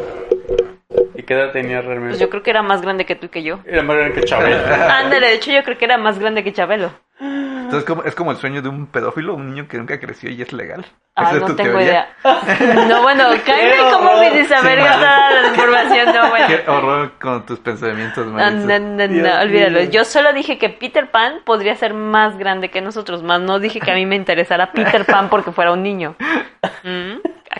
[SPEAKER 1] ¿Y qué edad tenía
[SPEAKER 2] Pues
[SPEAKER 1] realmente?
[SPEAKER 2] yo creo que era más grande que tú y que
[SPEAKER 3] <laughs>
[SPEAKER 2] yo.
[SPEAKER 1] Era más grande que Chabelo.
[SPEAKER 2] Ándale, de hecho yo creo que era más grande que Chabelo.
[SPEAKER 3] Entonces como, es como el sueño de un pedófilo, un niño que nunca creció y es legal.
[SPEAKER 2] Ah,
[SPEAKER 3] Esa es
[SPEAKER 2] no
[SPEAKER 3] tu
[SPEAKER 2] tengo
[SPEAKER 3] teoría.
[SPEAKER 2] idea. No,
[SPEAKER 3] <laughs>
[SPEAKER 2] bueno, cállate
[SPEAKER 1] Qué
[SPEAKER 2] como
[SPEAKER 1] horror.
[SPEAKER 2] me dice saber
[SPEAKER 3] Sí,
[SPEAKER 2] toda la información, no, bueno.
[SPEAKER 3] Qué horror con tus pensamientos,
[SPEAKER 2] No, no,
[SPEAKER 3] Maritza.
[SPEAKER 2] no,
[SPEAKER 1] Dios
[SPEAKER 2] no, olvídalo.
[SPEAKER 1] mío.
[SPEAKER 2] Yo solo dije que Peter Pan podría ser más grande que nosotros, más no dije que a mí me interesara Peter Pan porque fuera un
[SPEAKER 3] <laughs>
[SPEAKER 2] niño. Mm,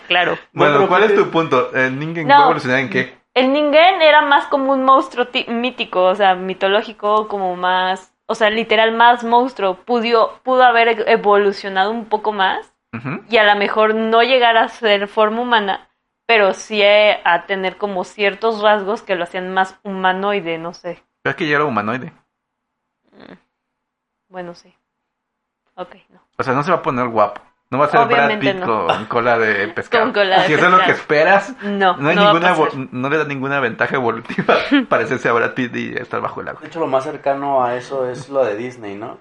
[SPEAKER 2] Claro.
[SPEAKER 1] No,
[SPEAKER 3] Bueno,
[SPEAKER 1] pero
[SPEAKER 3] ¿cuál es
[SPEAKER 1] Peter-
[SPEAKER 3] tu punto? ¿El Ningen
[SPEAKER 2] No.
[SPEAKER 3] va a evolucionar en qué?
[SPEAKER 2] El Ningen era más como un monstruo ti- mítico, o sea, mitológico, como más, o sea, literal más monstruo. Pudo, pudo haber e- evolucionado un poco más
[SPEAKER 3] Ujú.
[SPEAKER 2] y a lo mejor no llegar a ser forma humana, pero sí eh, a tener como ciertos rasgos que lo hacían más humanoide, no sé.
[SPEAKER 3] Pero es que yo era humanoide.
[SPEAKER 2] Mm. Bueno, sí. Ok, no.
[SPEAKER 3] O sea, no se va a poner guapo. No va a ser Brad
[SPEAKER 2] Obviamente
[SPEAKER 3] Pitt
[SPEAKER 2] no.
[SPEAKER 3] con cola de
[SPEAKER 2] <laughs>
[SPEAKER 3] pescado.
[SPEAKER 2] Con cola de
[SPEAKER 3] si eso es lo que
[SPEAKER 2] pescado.
[SPEAKER 3] esperas,
[SPEAKER 2] No,
[SPEAKER 3] no, hay
[SPEAKER 2] no va a
[SPEAKER 3] ninguna,
[SPEAKER 2] pasar.
[SPEAKER 3] evo- no le da ninguna
[SPEAKER 2] <laughs>
[SPEAKER 3] ventaja evolutiva parecerse a Brad Pitt y estar bajo el agua.
[SPEAKER 1] De hecho, lo más cercano a eso es lo de Disney, ¿no?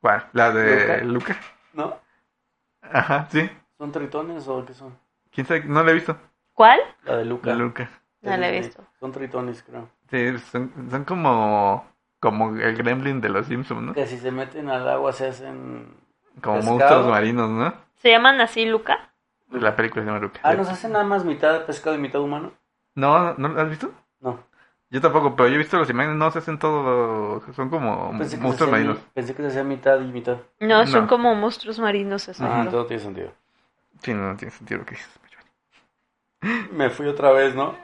[SPEAKER 3] ¿Cuál? La de
[SPEAKER 1] Luca.
[SPEAKER 3] Luca.
[SPEAKER 1] ¿No?
[SPEAKER 3] Ajá, sí.
[SPEAKER 1] ¿Son tritones o qué son?
[SPEAKER 3] ¿Quién sabe? No la he visto.
[SPEAKER 2] ¿Cuál?
[SPEAKER 1] La de Luca.
[SPEAKER 3] La Luca.
[SPEAKER 1] de
[SPEAKER 2] No la he
[SPEAKER 1] Disney.
[SPEAKER 2] visto.
[SPEAKER 1] Son tritones, creo.
[SPEAKER 3] Sí, son, son como, como el gremlin de los Simpsons, ¿no?
[SPEAKER 1] Que si se meten al agua se hacen...
[SPEAKER 3] Como
[SPEAKER 1] pescado.
[SPEAKER 3] monstruos marinos, ¿no?
[SPEAKER 2] ¿Se llaman así, Luca?
[SPEAKER 3] La película se llama Luca.
[SPEAKER 1] Ah, ¿nos hacen nada más mitad pescado y mitad humano?
[SPEAKER 3] No, no, ¿no lo has visto?
[SPEAKER 1] No.
[SPEAKER 3] Yo tampoco, pero yo he visto las imágenes, no se hacen todo, son como
[SPEAKER 1] Pensé que, se
[SPEAKER 3] monstruos
[SPEAKER 1] hacía,
[SPEAKER 3] marinos.
[SPEAKER 1] mi- pensé que se hacía mitad y mitad.
[SPEAKER 2] No, son
[SPEAKER 3] No.
[SPEAKER 2] como monstruos marinos. así,
[SPEAKER 1] Ah,
[SPEAKER 2] ¿no?
[SPEAKER 1] todo tiene sentido.
[SPEAKER 3] Sí, no, no tiene sentido lo que dices.
[SPEAKER 1] Me fui otra vez, ¿no?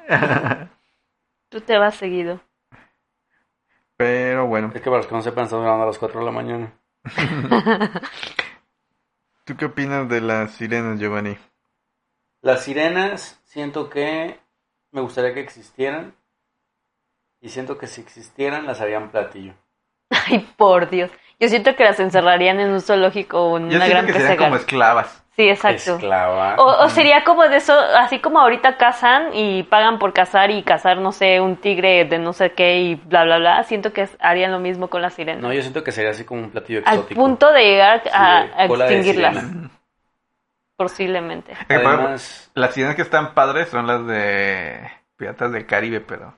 [SPEAKER 2] Tú te vas seguido.
[SPEAKER 3] Pero bueno,
[SPEAKER 1] Es que para los que no sepan, estamos grabando a las 4 de la mañana.
[SPEAKER 3] ¿tú qué opinas de las sirenas, Giovanni?
[SPEAKER 1] Las sirenas, siento que me gustaría que existieran. Y siento que si existieran, las harían platillo.
[SPEAKER 2] Ay, por Dios. Yo siento que las encerrarían en un zoológico o en
[SPEAKER 3] Yo
[SPEAKER 2] una
[SPEAKER 3] siento
[SPEAKER 2] gran
[SPEAKER 3] que serían
[SPEAKER 2] pecera.
[SPEAKER 3] como esclavas.
[SPEAKER 2] Sí, exacto.
[SPEAKER 1] Esclava.
[SPEAKER 2] O, o sería como de eso, así como ahorita cazan y pagan por cazar y cazar, no sé, un tigre de no sé qué y bla, bla, bla. Siento que harían lo mismo con las sirenas.
[SPEAKER 1] No, yo siento que sería así como un platillo
[SPEAKER 2] Al
[SPEAKER 1] exótico.
[SPEAKER 2] punto de llegar a,
[SPEAKER 1] Sí,
[SPEAKER 2] a
[SPEAKER 1] cola de
[SPEAKER 2] extinguirlas,
[SPEAKER 1] sirena.
[SPEAKER 2] posiblemente.
[SPEAKER 3] Eh, por ejemplo,
[SPEAKER 1] Además,
[SPEAKER 3] Las sirenas que están padres son las de Piratas del Caribe, pero...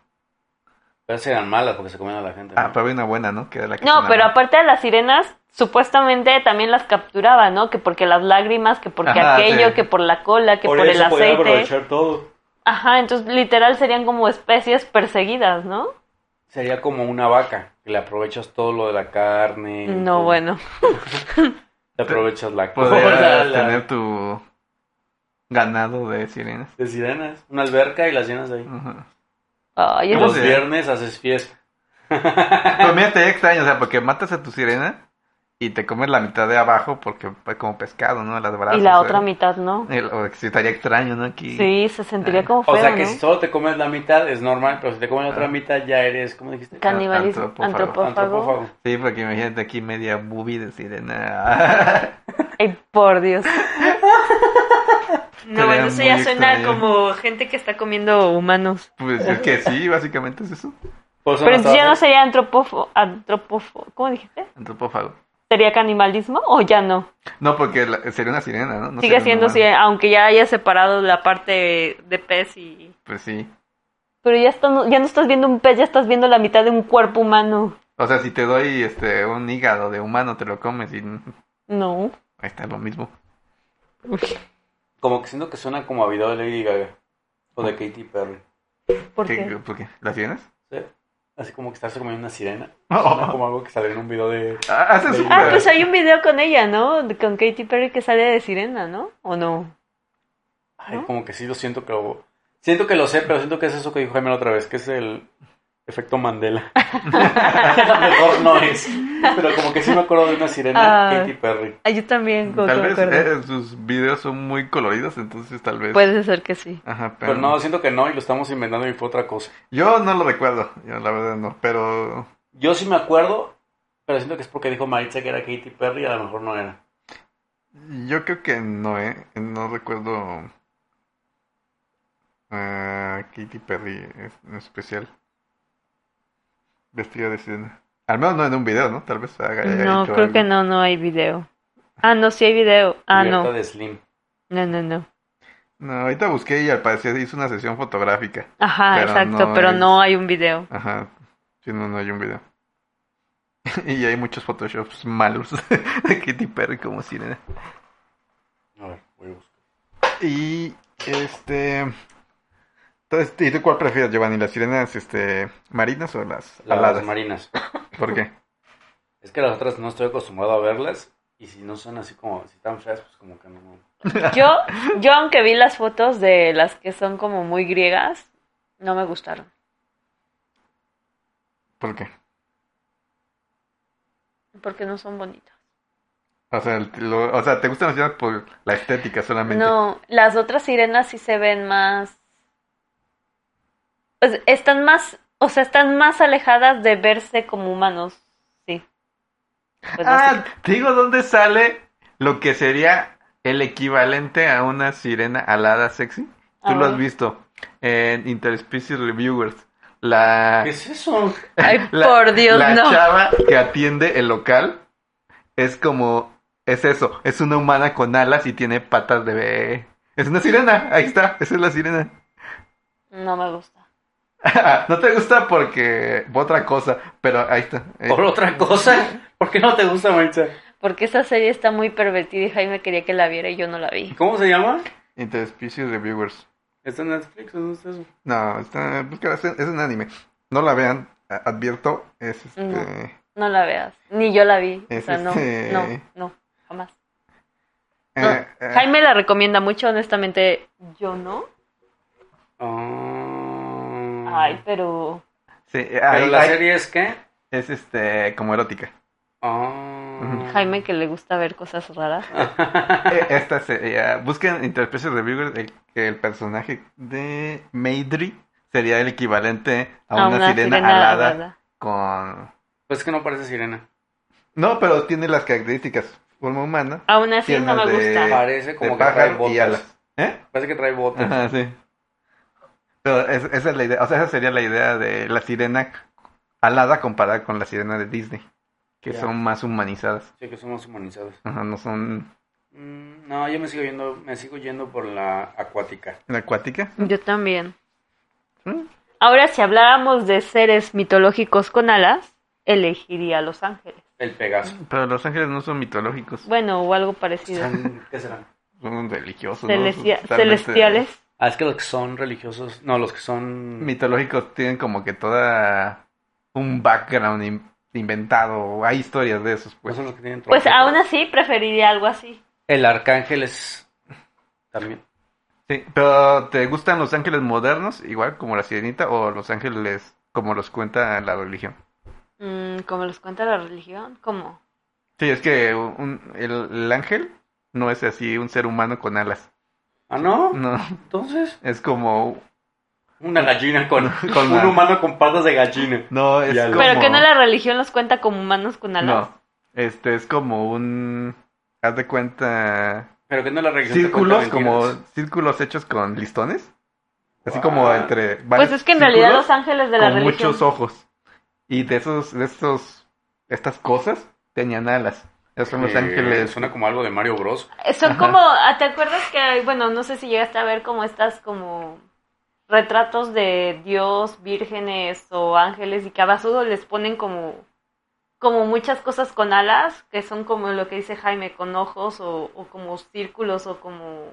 [SPEAKER 1] pero serán malas porque se comen a la gente.
[SPEAKER 3] Ah,
[SPEAKER 1] ¿no?
[SPEAKER 3] pero hay una buena, ¿no? Que era la que
[SPEAKER 2] No,
[SPEAKER 3] sonaba.
[SPEAKER 2] pero aparte de las sirenas, supuestamente también las capturaban, ¿no? Que porque las lágrimas, que porque
[SPEAKER 3] Ajá,
[SPEAKER 2] aquello,
[SPEAKER 3] sí.
[SPEAKER 2] que por la cola, que por, el
[SPEAKER 1] eso podían
[SPEAKER 2] aceite.
[SPEAKER 1] aprovechar todo.
[SPEAKER 2] Ajá, entonces literal serían como especies perseguidas, ¿no?
[SPEAKER 1] Sería como una vaca, que le aprovechas todo lo de la carne.
[SPEAKER 2] No,
[SPEAKER 1] todo.
[SPEAKER 2] bueno.
[SPEAKER 1] Le aprovechas la
[SPEAKER 3] Podrías
[SPEAKER 1] cola, la-
[SPEAKER 3] tener tu ganado de sirenas.
[SPEAKER 1] de sirenas. Una alberca y las llenas ahí.
[SPEAKER 3] Ajá.
[SPEAKER 2] Ay,
[SPEAKER 3] ¿Cómo
[SPEAKER 1] Los
[SPEAKER 2] eso-
[SPEAKER 3] se-
[SPEAKER 1] viernes haces fiesta.
[SPEAKER 3] Pero mira, te extraño, o sea, porque matas a tu sirena y te comes la mitad de abajo porque fue como pescado, ¿no? Las brazos.
[SPEAKER 2] y la otra mitad, ¿no?
[SPEAKER 3] mitad. Sí, estaría extraño, ¿no? Aquí.
[SPEAKER 2] Sí, se sentiría como feo,
[SPEAKER 1] O sea que
[SPEAKER 2] ¿no?
[SPEAKER 1] si solo te comes la mitad es normal, pero si te comes la otra
[SPEAKER 3] Ah.
[SPEAKER 1] mitad ya eres, ¿cómo dijiste?
[SPEAKER 2] Canibalismo,
[SPEAKER 3] Antropófago.
[SPEAKER 2] antropófago.
[SPEAKER 1] Antropófago.
[SPEAKER 3] Sí, porque imagínate aquí media boobie de sirena. <laughs>
[SPEAKER 2] Ay, por Dios.
[SPEAKER 3] Sería
[SPEAKER 2] No, bueno, eso
[SPEAKER 3] muy
[SPEAKER 2] ya suena
[SPEAKER 3] extraño.
[SPEAKER 2] como gente que está comiendo humanos.
[SPEAKER 3] pues es que sí, básicamente es eso.
[SPEAKER 1] Por eso
[SPEAKER 2] Pero
[SPEAKER 1] no
[SPEAKER 2] entonces ya no
[SPEAKER 1] estaba-
[SPEAKER 2] sería antropófago, antropófago, ¿cómo dijiste?
[SPEAKER 3] Antropófago.
[SPEAKER 2] ¿Sería canibalismo o ya no?
[SPEAKER 3] No, porque la- sería una sirena, ¿no? No
[SPEAKER 2] Sigue
[SPEAKER 3] sería un
[SPEAKER 2] siendo,
[SPEAKER 3] humano.
[SPEAKER 2] así, aunque ya haya separado la parte de pez y...
[SPEAKER 3] Pues sí.
[SPEAKER 2] Pero ya, está- ya no estás viendo un pez, ya estás viendo la mitad de un cuerpo humano.
[SPEAKER 3] O sea, si te doy este un hígado de humano, te lo comes y mm, ahí
[SPEAKER 2] No.
[SPEAKER 3] está lo mismo.
[SPEAKER 1] Como que siento que suena como a video de Lady Gaga o de Katy Perry.
[SPEAKER 2] ¿Por
[SPEAKER 3] ¿Qué-
[SPEAKER 2] qué?
[SPEAKER 3] por qué? ¿Las
[SPEAKER 2] <laughs>
[SPEAKER 3] sirenas?
[SPEAKER 1] ¿sí? Así como que estás comiendo una sirena. Suena
[SPEAKER 3] No.
[SPEAKER 1] como algo que salió en un video de...
[SPEAKER 2] <laughs>
[SPEAKER 3] Hacen su-
[SPEAKER 2] Ah, pues hay un video con ella, ¿no? De- Con Katy Perry que sale de sirena, ¿no? ¿O no?
[SPEAKER 1] Ay,
[SPEAKER 2] ¿No?
[SPEAKER 1] como que sí lo siento que lo... Siento que lo sé, pero siento que es eso que dijo Jaime la otra vez, que es el efecto
[SPEAKER 2] <laughs>
[SPEAKER 1] Mandela. a lo mejor no es. Pero como que sí me acuerdo de una sirena,
[SPEAKER 2] Ah.
[SPEAKER 1] Katy Perry.
[SPEAKER 2] Ah, yo también, como
[SPEAKER 3] Tal
[SPEAKER 2] que me
[SPEAKER 3] vez
[SPEAKER 2] acuerdo.
[SPEAKER 3] eh, sus videos son muy coloridos, entonces tal vez.
[SPEAKER 2] Puede ser que sí.
[SPEAKER 3] Ajá, pero,
[SPEAKER 1] Pero pues no, siento que no y lo estamos inventando y fue otra cosa.
[SPEAKER 3] Yo no lo recuerdo, yo la verdad no, pero
[SPEAKER 1] Yo sí me acuerdo, pero siento que es porque dijo Maritza que era Katy Perry y a lo mejor no era.
[SPEAKER 3] yo creo que no, ¿eh? No recuerdo a Katy Perry es- en especial. Vestida de sirena. Al menos no en un video, ¿no? Tal vez haga- haya
[SPEAKER 2] No,
[SPEAKER 3] hecho
[SPEAKER 2] creo que
[SPEAKER 3] algo.
[SPEAKER 2] no, no hay video. Ah, no, sí hay video. Ah,
[SPEAKER 1] Cubierta
[SPEAKER 2] no.
[SPEAKER 1] de Slim.
[SPEAKER 2] No, no, no.
[SPEAKER 3] No, ahorita busqué y al parecer hizo una sesión fotográfica.
[SPEAKER 2] Ajá,
[SPEAKER 3] Pero
[SPEAKER 2] exacto,
[SPEAKER 3] no
[SPEAKER 2] pero
[SPEAKER 3] es-
[SPEAKER 2] no hay un video.
[SPEAKER 3] Ajá, si no, no hay un video. <laughs> Y hay muchos photoshops malos <laughs> de Katy Perry como sirena.
[SPEAKER 1] A ver, voy a buscar.
[SPEAKER 3] Y este. Entonces, ¿y tú cuál prefieres, Giovanni? ¿Las sirenas este, marinas o las
[SPEAKER 1] La-
[SPEAKER 3] aladas?
[SPEAKER 1] Las marinas.
[SPEAKER 3] ¿Por qué?
[SPEAKER 1] Es que las otras no estoy acostumbrado a verlas y si no son así como, si están feas, pues como que no.
[SPEAKER 2] Yo, yo aunque vi las fotos de las que son como muy griegas, no me gustaron.
[SPEAKER 3] ¿Por qué?
[SPEAKER 2] Porque no son bonitas.
[SPEAKER 3] O sea, el- lo- o sea, ¿te gustan las sirenas por la estética solamente?
[SPEAKER 2] No, las otras sirenas sí se ven más... pues, están más, o sea, están más alejadas de verse como humanos, sí. Pues, no
[SPEAKER 3] Ah, te digo dónde sale lo que sería el equivalente a una sirena alada sexy. Tú
[SPEAKER 2] A
[SPEAKER 3] lo has
[SPEAKER 2] ver.
[SPEAKER 3] visto en Interspecies Reviewers. La,
[SPEAKER 1] ¿Qué es eso?
[SPEAKER 2] sé. Ay, por Dios,
[SPEAKER 3] <laughs> la
[SPEAKER 2] no.
[SPEAKER 3] chava que atiende el local es como, es eso, es una humana con alas y tiene patas de bebé. Es una sirena, ahí está, esa es la sirena. <laughs>
[SPEAKER 2] No me gusta.
[SPEAKER 3] no te gusta porque por otra cosa, pero ahí está. eh.
[SPEAKER 1] ¿Por otra cosa? ¿Por qué no te gusta, Maritza?
[SPEAKER 2] Porque esa serie está muy pervertida y Jaime quería que la viera y yo no la vi.
[SPEAKER 1] ¿Cómo se llama?
[SPEAKER 3] Interspecies Reviewers.
[SPEAKER 1] ¿Está en Netflix o no está eso?
[SPEAKER 3] No, está, búscala, es, es un anime. No la vean, a- advierto. Es este.
[SPEAKER 2] No. No la veas. Ni yo la vi. O
[SPEAKER 3] Es
[SPEAKER 2] sea, no,
[SPEAKER 3] este-
[SPEAKER 2] no, no, jamás.
[SPEAKER 3] eh,
[SPEAKER 2] No,
[SPEAKER 3] eh,
[SPEAKER 2] Jaime la recomienda mucho, honestamente. Yo no.
[SPEAKER 3] Mm.
[SPEAKER 1] Ah.
[SPEAKER 2] Ay, pero.
[SPEAKER 3] sí, eh,
[SPEAKER 1] Pero
[SPEAKER 3] ahí-
[SPEAKER 1] la
[SPEAKER 3] ahí
[SPEAKER 1] serie es que.
[SPEAKER 3] es este como erótica.
[SPEAKER 1] Ah.
[SPEAKER 2] Jaime que le gusta ver cosas raras.
[SPEAKER 3] Eh, Esta sería. Busquen Interpretation Review el, que el personaje de Maidri sería el equivalente a una, sirena, alada
[SPEAKER 2] alada.
[SPEAKER 3] con.
[SPEAKER 1] Pues que no parece sirena.
[SPEAKER 3] No, pero tiene las características. Forma humana.
[SPEAKER 2] Aún así no
[SPEAKER 3] Piernas
[SPEAKER 2] me
[SPEAKER 3] de-
[SPEAKER 2] gusta.
[SPEAKER 1] Parece Ah, como
[SPEAKER 3] de
[SPEAKER 1] que trae
[SPEAKER 3] pájaro y
[SPEAKER 1] botas.
[SPEAKER 3] alas. ¿Eh?
[SPEAKER 1] Parece que trae botas.
[SPEAKER 3] Ajá, sí. Pero es- esa es la idea, o sea, esa sería la idea de la sirena alada comparada con la sirena de Disney, que
[SPEAKER 1] Ya.
[SPEAKER 3] son más humanizadas,
[SPEAKER 1] Sí, que somos humanizados.
[SPEAKER 3] Ajá, no son
[SPEAKER 1] Mm, No, yo me sigo yendo, me sigo yendo por la acuática.
[SPEAKER 3] la acuática.
[SPEAKER 2] Yo también.
[SPEAKER 3] ¿Mm?
[SPEAKER 2] Ahora, si habláramos de seres mitológicos con alas, elegiría a Los Ángeles.
[SPEAKER 1] El Pegaso.
[SPEAKER 3] Pero los ángeles no son mitológicos,
[SPEAKER 2] Bueno, o algo parecido.
[SPEAKER 1] Son- ¿Qué serán?
[SPEAKER 3] son religiosos. ¿no?
[SPEAKER 2] Celestia-
[SPEAKER 3] Son totalmente
[SPEAKER 2] celestiales.
[SPEAKER 1] Ah, es que los que son religiosos, no, los que son...
[SPEAKER 3] Mitológicos tienen como que toda un background in- inventado, hay historias de esos,
[SPEAKER 1] no
[SPEAKER 3] pues.
[SPEAKER 1] son los que tienen
[SPEAKER 2] Pues
[SPEAKER 1] trompa.
[SPEAKER 2] aún así preferiría algo así.
[SPEAKER 1] El arcángel es... También.
[SPEAKER 3] Sí, pero ¿te gustan los ángeles modernos, igual como la sirenita, o los ángeles como los cuenta la religión?
[SPEAKER 2] Mm, como los cuenta la religión. ¿Cómo?
[SPEAKER 3] Sí, es que un- el, el ángel no es así un ser humano con alas.
[SPEAKER 1] Ah, ¿no?
[SPEAKER 3] No,
[SPEAKER 1] Entonces,
[SPEAKER 3] es como...
[SPEAKER 1] una gallina con...
[SPEAKER 3] <laughs> Con
[SPEAKER 1] un
[SPEAKER 3] la-
[SPEAKER 1] humano con patas de gallina.
[SPEAKER 3] No, es
[SPEAKER 1] Ya lo-
[SPEAKER 3] como...
[SPEAKER 2] Pero que no la religión los cuenta como humanos con alas.
[SPEAKER 3] No, este es como un... Haz de cuenta...
[SPEAKER 1] Pero que no la religión te
[SPEAKER 3] Círculos,
[SPEAKER 1] cuenta
[SPEAKER 3] como
[SPEAKER 1] mentiras.
[SPEAKER 3] círculos hechos con listones. Así
[SPEAKER 1] Guau.
[SPEAKER 3] como entre
[SPEAKER 2] pues
[SPEAKER 3] varios
[SPEAKER 2] es que en realidad
[SPEAKER 3] círculos
[SPEAKER 2] los ángeles de la
[SPEAKER 3] con
[SPEAKER 2] religión.
[SPEAKER 3] muchos ojos. Y de esos, de esos, estas cosas tenían alas. Esos son los
[SPEAKER 1] Eh,
[SPEAKER 3] ángeles.
[SPEAKER 1] Suena como algo de Mario Bros.
[SPEAKER 2] Eh, Son como, ah, ¿te acuerdas que, hay- bueno, no sé si llegaste a ver como estas como retratos de Dios, vírgenes o ángeles y que abajo les ponen como, como muchas cosas con alas, que son como lo que dice Jaime, con ojos o, o como círculos o como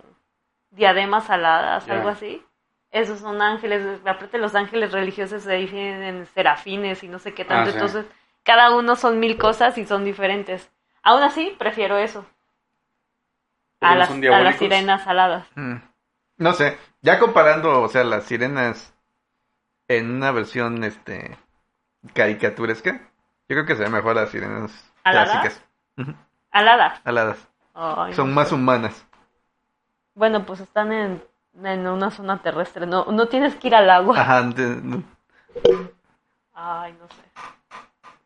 [SPEAKER 2] diademas aladas,
[SPEAKER 1] Ya.
[SPEAKER 2] algo así. Esos son ángeles, aparte los ángeles religiosos se definen en serafines y no sé qué tanto,
[SPEAKER 1] Ah, sí.
[SPEAKER 2] entonces cada uno son mil cosas y son diferentes. Aún así, prefiero eso.
[SPEAKER 1] Pero
[SPEAKER 2] A
[SPEAKER 1] no
[SPEAKER 2] las,
[SPEAKER 1] son
[SPEAKER 2] a las
[SPEAKER 1] diabólicos.
[SPEAKER 2] sirenas aladas.
[SPEAKER 3] Mm. No sé, ya comparando, o sea, las sirenas en una versión, este, caricaturesca, yo creo que se ven mejor las sirenas
[SPEAKER 2] ¿Aladas?
[SPEAKER 3] clásicas. Ujú,
[SPEAKER 2] Aladas.
[SPEAKER 3] Aladas.
[SPEAKER 2] Ay,
[SPEAKER 3] Son
[SPEAKER 2] no
[SPEAKER 3] más
[SPEAKER 2] sé.
[SPEAKER 3] humanas.
[SPEAKER 2] Bueno, pues están en, en una zona terrestre. No, no tienes que ir al agua.
[SPEAKER 3] Ajá, de-
[SPEAKER 2] Ay, no sé.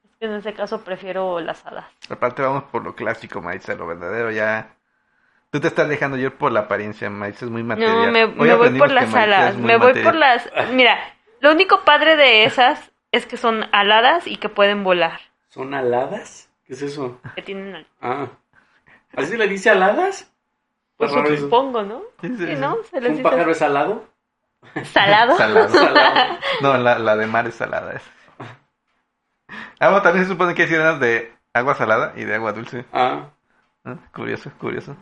[SPEAKER 2] Es que en ese caso prefiero las alas.
[SPEAKER 3] aparte vamos por lo clásico, Maitza, lo verdadero, ya... Tú te estás dejando ir por la apariencia, Maitza es muy material.
[SPEAKER 2] No, me,
[SPEAKER 3] Hoy
[SPEAKER 2] me voy por
[SPEAKER 3] aprendimos que
[SPEAKER 2] las
[SPEAKER 3] Maitza
[SPEAKER 2] alas.
[SPEAKER 3] es muy
[SPEAKER 2] Me voy
[SPEAKER 3] material.
[SPEAKER 2] por las. Mira, lo único padre de esas es que son aladas y que pueden volar.
[SPEAKER 1] ¿Son aladas? ¿Qué es eso?
[SPEAKER 2] Que tienen al-
[SPEAKER 1] Ah. ¿Así se le dice aladas?
[SPEAKER 2] Pues
[SPEAKER 1] Qué raro eso.
[SPEAKER 2] supongo, ¿no?
[SPEAKER 3] Sí, sí,
[SPEAKER 2] Sí,
[SPEAKER 3] sí.
[SPEAKER 2] ¿no? Se les
[SPEAKER 1] ¿Un
[SPEAKER 2] dice
[SPEAKER 1] pájaro es
[SPEAKER 2] <laughs>
[SPEAKER 1] alado?
[SPEAKER 2] salado. <laughs>
[SPEAKER 3] Salado.
[SPEAKER 1] Alado.
[SPEAKER 3] No, la, la de mar es salada. es. Ah, bueno, también se supone que hay sirenas de agua salada y de agua dulce.
[SPEAKER 1] Ah,
[SPEAKER 3] Ah, Curioso, curioso.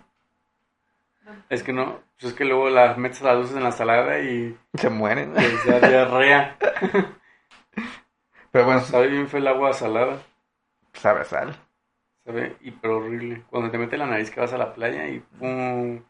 [SPEAKER 1] es que no. Pues es que luego las metes las dulces en la salada y
[SPEAKER 3] Se mueren.
[SPEAKER 1] les da diarrea.
[SPEAKER 3] Pero bueno,
[SPEAKER 1] Sabe bien feo el agua salada.
[SPEAKER 3] sabe a sal.
[SPEAKER 1] Sabe, y pero horrible. Cuando te mete la nariz que vas a la playa y pum.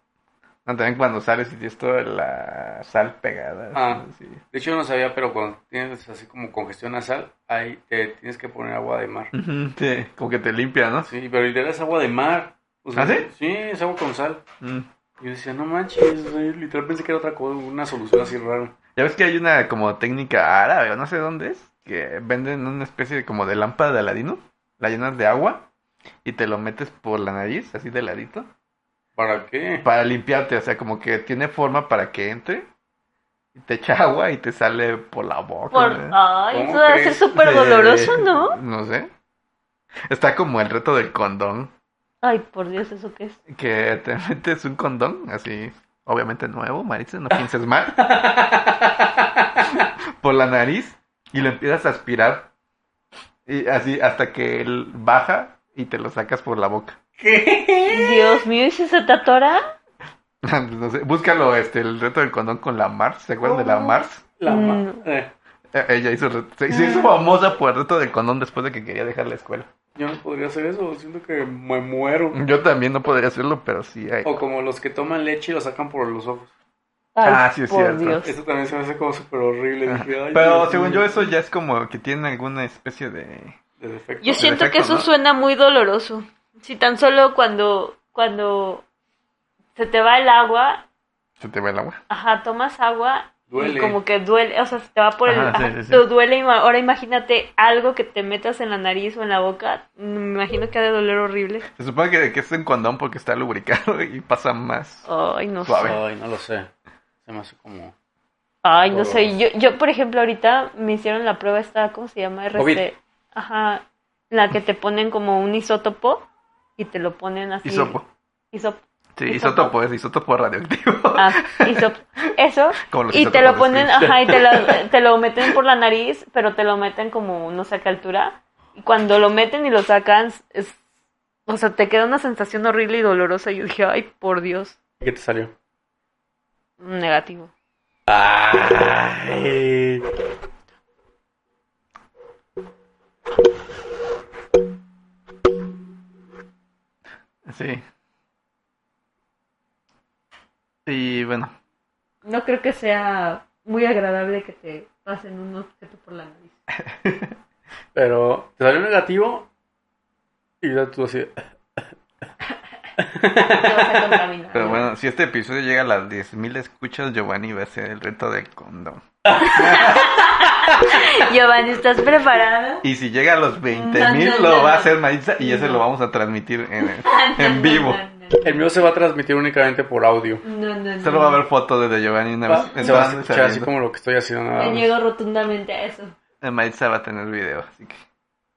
[SPEAKER 3] No, también cuando sales y tienes toda la sal pegada.
[SPEAKER 1] Ah.
[SPEAKER 3] sí.
[SPEAKER 1] De hecho, yo no sabía, pero cuando tienes así como congestión nasal, ahí te tienes que poner agua de mar.
[SPEAKER 3] Ujú, sí, como que te limpia, ¿no?
[SPEAKER 1] Sí, pero literal es agua de mar. O sea,
[SPEAKER 3] ¿Ah, sí?
[SPEAKER 1] Sí, es agua con sal.
[SPEAKER 3] Mm.
[SPEAKER 1] Y yo decía, no manches, o sea, yo literal pensé que era otra cosa, una solución así rara.
[SPEAKER 3] Ya ves que hay una como técnica árabe o no sé dónde es, que venden una especie de como de lámpara de aladino, la llenas de agua y te lo metes por la nariz, así de ladito.
[SPEAKER 1] ¿Para qué?
[SPEAKER 3] para limpiarte, o sea, como que tiene forma para que entre, y te echa <laughs> agua y te sale por la boca.
[SPEAKER 2] Por-
[SPEAKER 3] ¿no?
[SPEAKER 2] Ay,
[SPEAKER 1] ¿Cómo
[SPEAKER 2] eso debe ser
[SPEAKER 1] crees?
[SPEAKER 2] súper
[SPEAKER 3] Sí.
[SPEAKER 2] doloroso, ¿no?
[SPEAKER 3] No sé. Está como el reto del condón,
[SPEAKER 2] Ay, por Dios, ¿eso qué es?
[SPEAKER 3] que te <laughs> metes un condón, así, obviamente nuevo, Maritza, no pienses mal, por la nariz y lo empiezas a aspirar. Y así hasta que él baja y te lo sacas por la boca. <laughs>
[SPEAKER 1] ¿Qué?
[SPEAKER 2] Dios mío, ¿y si se te atora?
[SPEAKER 3] No sé, búscalo, este, el reto del condón con la Mars, ¿se acuerdan de la
[SPEAKER 1] ¿Cómo?
[SPEAKER 3] Mars?
[SPEAKER 1] La ma-
[SPEAKER 2] Mm.
[SPEAKER 1] eh,
[SPEAKER 3] Eh, Ella hizo, re- se se hizo famosa por el reto del condón después de que quería dejar la escuela.
[SPEAKER 1] Yo no podría hacer eso, siento que me muero.
[SPEAKER 3] Yo también no podría hacerlo, pero sí hay.
[SPEAKER 1] O como los que toman leche y lo sacan por los ojos.
[SPEAKER 3] Ah, sí, es
[SPEAKER 2] por
[SPEAKER 3] cierto.
[SPEAKER 2] Dios.
[SPEAKER 1] Esto también se me hace como súper horrible. dije, ay,
[SPEAKER 3] Pero
[SPEAKER 1] Dios
[SPEAKER 3] según
[SPEAKER 1] mío.
[SPEAKER 3] yo eso ya es como que tienen alguna especie de...
[SPEAKER 1] De defecto.
[SPEAKER 2] Yo siento que
[SPEAKER 3] defecto,
[SPEAKER 2] eso
[SPEAKER 3] ¿no?
[SPEAKER 2] suena muy doloroso. Si tan solo cuando, cuando se te va el agua,
[SPEAKER 3] Se te va el agua.
[SPEAKER 2] ajá, tomas agua
[SPEAKER 1] Duele.
[SPEAKER 2] y como que duele, o sea, se te va por el...
[SPEAKER 3] Ajá, sí,
[SPEAKER 2] ajá,
[SPEAKER 3] sí, sí.
[SPEAKER 2] te duele, ima- ahora imagínate algo que te metas en la nariz o en la boca, mm, me imagino que ha de doler horrible.
[SPEAKER 3] Se supone que, que es en condón porque está lubricado y pasa más.
[SPEAKER 2] Ay, no sé.
[SPEAKER 3] Suave.
[SPEAKER 1] Ay, no lo sé. Se me hace como...
[SPEAKER 2] Ay, no
[SPEAKER 1] Oh.
[SPEAKER 2] sé, yo, yo por ejemplo ahorita me hicieron la prueba esta, ¿cómo se llama? RT.
[SPEAKER 1] COVID.
[SPEAKER 2] Ajá, la que te ponen como un isótopo y te lo ponen así.
[SPEAKER 3] Isopo.
[SPEAKER 2] Isop-
[SPEAKER 3] Sí,
[SPEAKER 2] Isopo.
[SPEAKER 3] isótopo es isótopo radioactivo.
[SPEAKER 2] ah, isop- Eso.
[SPEAKER 3] <laughs> Como los
[SPEAKER 2] Y te lo
[SPEAKER 3] isótopos de
[SPEAKER 2] ponen,
[SPEAKER 3] Scream.
[SPEAKER 2] ajá, y te
[SPEAKER 3] <laughs>
[SPEAKER 2] lo, te lo meten por la nariz, pero te lo meten como no sé qué altura. Y cuando lo meten y lo sacan, es, o sea, te queda una sensación horrible y dolorosa. Y yo dije, ay, por Dios,
[SPEAKER 1] ¿Qué te salió?
[SPEAKER 2] negativo.
[SPEAKER 1] Ay.
[SPEAKER 3] Sí. Y bueno,
[SPEAKER 2] No creo que sea muy agradable que te pasen un objeto por la <laughs> nariz.
[SPEAKER 1] Pero te salió negativo y ya tú así...
[SPEAKER 2] Te vas a contaminar.
[SPEAKER 3] pero bueno, si este episodio llega a las 10.000 escuchas, Giovanni va a hacer el reto del condón.
[SPEAKER 2] Giovanni, ¿estás preparada?
[SPEAKER 3] Y si llega a los 20.000,
[SPEAKER 2] No, no,
[SPEAKER 3] lo
[SPEAKER 2] no,
[SPEAKER 3] va a
[SPEAKER 2] no.
[SPEAKER 3] hacer Maritza y ese
[SPEAKER 2] No.
[SPEAKER 3] lo vamos a transmitir <laughs> en, en vivo.
[SPEAKER 1] El mío se va a transmitir únicamente por audio.
[SPEAKER 2] No, no, no.
[SPEAKER 3] Solo va a haber fotos de Giovanni una vez
[SPEAKER 1] Se va a
[SPEAKER 3] entrando
[SPEAKER 1] escuchar
[SPEAKER 3] y
[SPEAKER 1] así
[SPEAKER 3] saliendo. Eh,
[SPEAKER 1] como lo que estoy haciendo nada
[SPEAKER 2] Me
[SPEAKER 1] más.
[SPEAKER 2] niego rotundamente a eso.
[SPEAKER 3] Maritza va a tener video, así que...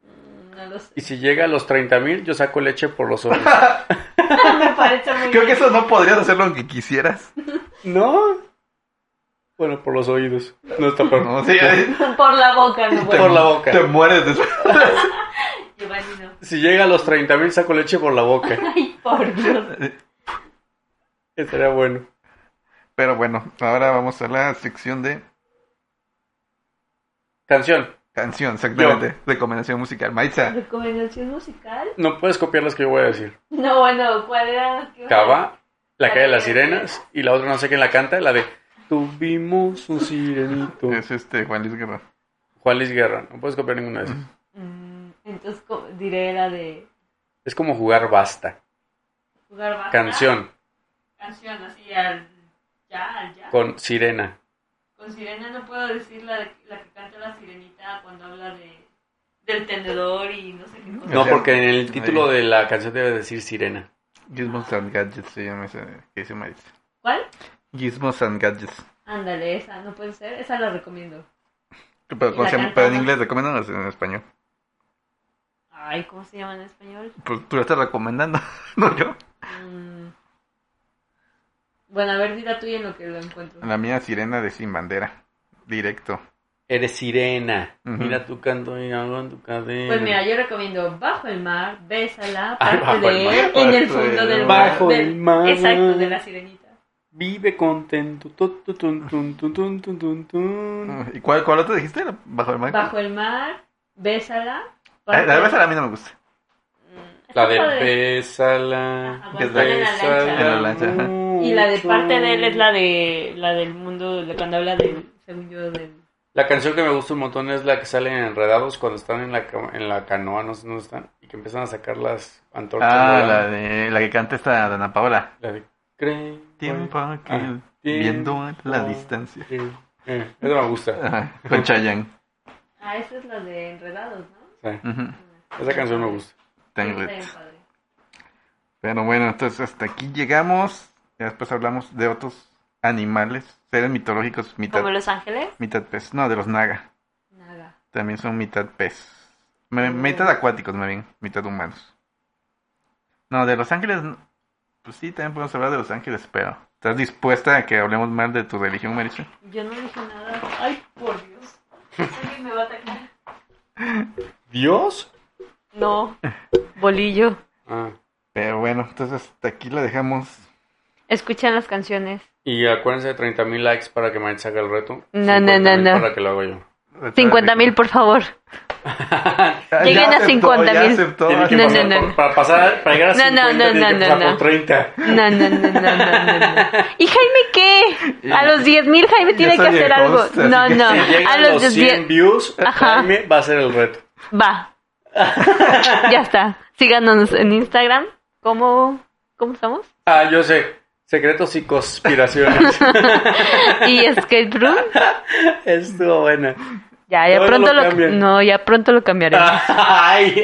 [SPEAKER 2] Mm, No lo sé.
[SPEAKER 1] Y si llega a los 30 mil, yo saco leche por los ojos.
[SPEAKER 2] <laughs> Me parece muy
[SPEAKER 3] Creo que
[SPEAKER 2] bien.
[SPEAKER 3] eso no podrías hacerlo aunque quisieras.
[SPEAKER 1] <laughs> ¿No? Bueno, por los oídos. No está por,
[SPEAKER 3] No, sí,
[SPEAKER 2] Por la boca, no
[SPEAKER 1] por la boca.
[SPEAKER 3] te mueres de
[SPEAKER 2] Giovanni, no.
[SPEAKER 1] Si llega a los 30 mil, saco leche por la boca.
[SPEAKER 2] Ay, por Dios.
[SPEAKER 1] Estaría bueno.
[SPEAKER 3] Pero bueno, ahora vamos a la sección de
[SPEAKER 1] Canción.
[SPEAKER 3] canción, exactamente. Recomendación musical. Maritza,
[SPEAKER 2] ¿Recomendación musical?
[SPEAKER 1] No puedes copiar las que yo voy a decir.
[SPEAKER 2] No, bueno, ¿cuál era? ¿Qué-
[SPEAKER 1] Cava, La calle de las sirenas y la otra no sé quién la canta, la de Tuvimos un sirenito.
[SPEAKER 3] es este Juan Luis Guerra.
[SPEAKER 1] Juan Luis Guerra. No puedes copiar ninguna de esas.
[SPEAKER 2] Mm, Entonces co- diré la de
[SPEAKER 1] Es como jugar basta.
[SPEAKER 2] jugar basta.
[SPEAKER 1] Canción
[SPEAKER 2] Canción, así al ya, al ya.
[SPEAKER 1] con sirena.
[SPEAKER 2] Con sirena no puedo decir la, de- la que canta la sirenita cuando habla de del tenedor y no sé qué cosa.
[SPEAKER 1] No, porque en el título de la canción debe decir sirena.
[SPEAKER 3] Gizmos and Gadgets se llama esa que dice Maritza.
[SPEAKER 2] ¿Cuál?
[SPEAKER 3] Gizmos and Gadgets.
[SPEAKER 2] Ándale, esa, no puede ser. Esa la recomiendo.
[SPEAKER 3] Pero, ¿cómo
[SPEAKER 2] la
[SPEAKER 3] se llama?
[SPEAKER 2] canta,
[SPEAKER 3] Pero en
[SPEAKER 2] ¿no?
[SPEAKER 3] inglés, recomiéndanos en español.
[SPEAKER 2] Ay, ¿cómo se llama en español?
[SPEAKER 3] Pues tú la estás recomendando, <laughs> no yo.
[SPEAKER 2] Mm. Bueno, a ver, dila tuya en lo que lo encuentro.
[SPEAKER 3] La mía Sirena de Sin Bandera. Directo.
[SPEAKER 1] Eres sirena.
[SPEAKER 3] Ujú.
[SPEAKER 1] Mira tu canto y algo en tu cadena.
[SPEAKER 2] Pues mira, yo recomiendo Bajo el Mar, Bésala,
[SPEAKER 1] Ah,
[SPEAKER 2] parte
[SPEAKER 3] Bajo el
[SPEAKER 2] de
[SPEAKER 3] Mar,
[SPEAKER 2] él, en
[SPEAKER 3] parte
[SPEAKER 2] el fondo
[SPEAKER 3] de
[SPEAKER 2] del
[SPEAKER 3] él.
[SPEAKER 2] mar.
[SPEAKER 1] Bajo
[SPEAKER 2] del-
[SPEAKER 1] el mar.
[SPEAKER 2] Exacto, de la sirenita.
[SPEAKER 1] Vive contento. tu, tu, tun, tun, tun, tun, tun, tun, tun.
[SPEAKER 3] ¿Y cuál, cuál otra dijiste? ¿La- ¿Bajo el mar?
[SPEAKER 2] Bajo el Mar, Bésala,
[SPEAKER 3] Eh,
[SPEAKER 2] parte
[SPEAKER 3] La
[SPEAKER 2] de-
[SPEAKER 3] verdad a mí no me gusta.
[SPEAKER 2] Mm,
[SPEAKER 1] La
[SPEAKER 2] está
[SPEAKER 1] de
[SPEAKER 2] padre.
[SPEAKER 1] bésala.
[SPEAKER 2] Ajá,
[SPEAKER 3] cuando sale en la lancha. En la lancha, ajá.
[SPEAKER 1] mucho.
[SPEAKER 2] Y la de parte de él es la de la del mundo, de cuando habla del, según yo, del...
[SPEAKER 1] La canción que me gusta un montón es la que salen enredados cuando están en la, ca- en la canoa, no sé dónde están, y que empiezan a sacar las antorchas.
[SPEAKER 3] Ah, la
[SPEAKER 1] volando.
[SPEAKER 3] de la que canta esta Dana Paola.
[SPEAKER 1] La de cree.
[SPEAKER 3] Tiempo que
[SPEAKER 1] Ah,
[SPEAKER 3] viendo a la
[SPEAKER 1] tiempo
[SPEAKER 3] distancia.
[SPEAKER 1] que- Eh, eso me gusta.
[SPEAKER 3] Ajá, Ah, con Chayanne.
[SPEAKER 2] <laughs> Ah, esa es la de Enredados, ¿no?
[SPEAKER 1] Sí,
[SPEAKER 3] Ujú.
[SPEAKER 1] Esa canción me gusta.
[SPEAKER 3] Tengo-
[SPEAKER 2] Está bien padre.
[SPEAKER 3] Pero bueno, entonces hasta aquí llegamos. Ya después hablamos de otros animales, seres mitológicos, mitad,
[SPEAKER 2] ¿Como Los Ángeles?
[SPEAKER 3] mitad pez. No, de los naga.
[SPEAKER 2] Nada.
[SPEAKER 3] También son mitad pez. Me- Mitad acuáticos, más bien. Mitad humanos. No, de Los Ángeles. no. Pues sí, también podemos hablar de Los Ángeles, pero. ¿Estás dispuesta a que hablemos mal de tu religión, Marichu?
[SPEAKER 2] Yo no dije nada. Ay, por Dios. Alguien me va a atacar.
[SPEAKER 1] ¿Dios?
[SPEAKER 2] No, bolillo.
[SPEAKER 1] Ah.
[SPEAKER 3] Pero bueno, entonces hasta aquí la dejamos.
[SPEAKER 2] Escuchan las canciones.
[SPEAKER 1] Y acuérdense de 30.000 likes para que Maritza haga el reto.
[SPEAKER 2] No, no, no,
[SPEAKER 1] 50,000
[SPEAKER 2] no.
[SPEAKER 1] Para que lo haga yo.
[SPEAKER 2] 50 mil, por favor.
[SPEAKER 3] Ah, Ya
[SPEAKER 2] Lleguen a
[SPEAKER 3] aceptó,
[SPEAKER 2] 50,000.
[SPEAKER 3] ya aceptó,
[SPEAKER 1] Tiene que
[SPEAKER 2] No,
[SPEAKER 1] pasar
[SPEAKER 2] no,
[SPEAKER 1] por-
[SPEAKER 2] no.
[SPEAKER 1] Para, pasar, para llegar a
[SPEAKER 2] No,
[SPEAKER 1] 50
[SPEAKER 2] no, no,
[SPEAKER 1] tiene que
[SPEAKER 2] no,
[SPEAKER 1] pasar
[SPEAKER 2] no,
[SPEAKER 1] por
[SPEAKER 2] no.
[SPEAKER 1] 30.
[SPEAKER 2] No, no, no, no, no, no, no, no. ¿Y Jaime qué? A los 10 mil Jaime tiene que
[SPEAKER 3] soy
[SPEAKER 2] hacer
[SPEAKER 3] el
[SPEAKER 2] algo.
[SPEAKER 3] host, así
[SPEAKER 2] No,
[SPEAKER 3] que
[SPEAKER 2] no.
[SPEAKER 1] Si
[SPEAKER 2] A
[SPEAKER 1] llegan los
[SPEAKER 2] los
[SPEAKER 1] 100
[SPEAKER 2] 10
[SPEAKER 1] views,
[SPEAKER 2] Ajá.
[SPEAKER 1] Jaime va a ser el reto.
[SPEAKER 2] Va. Ya está. Síganos en Instagram. ¿Cómo, cómo estamos?
[SPEAKER 1] Ah, yo sé. Secretos y conspiraciones.
[SPEAKER 2] Y Escape Room.
[SPEAKER 1] Estuvo buena.
[SPEAKER 2] Ya, ya
[SPEAKER 1] Todavía no lo
[SPEAKER 2] pronto lo,
[SPEAKER 1] cambian. Ah.
[SPEAKER 2] no, ya pronto lo cambiaremos.
[SPEAKER 1] <laughs> Ay,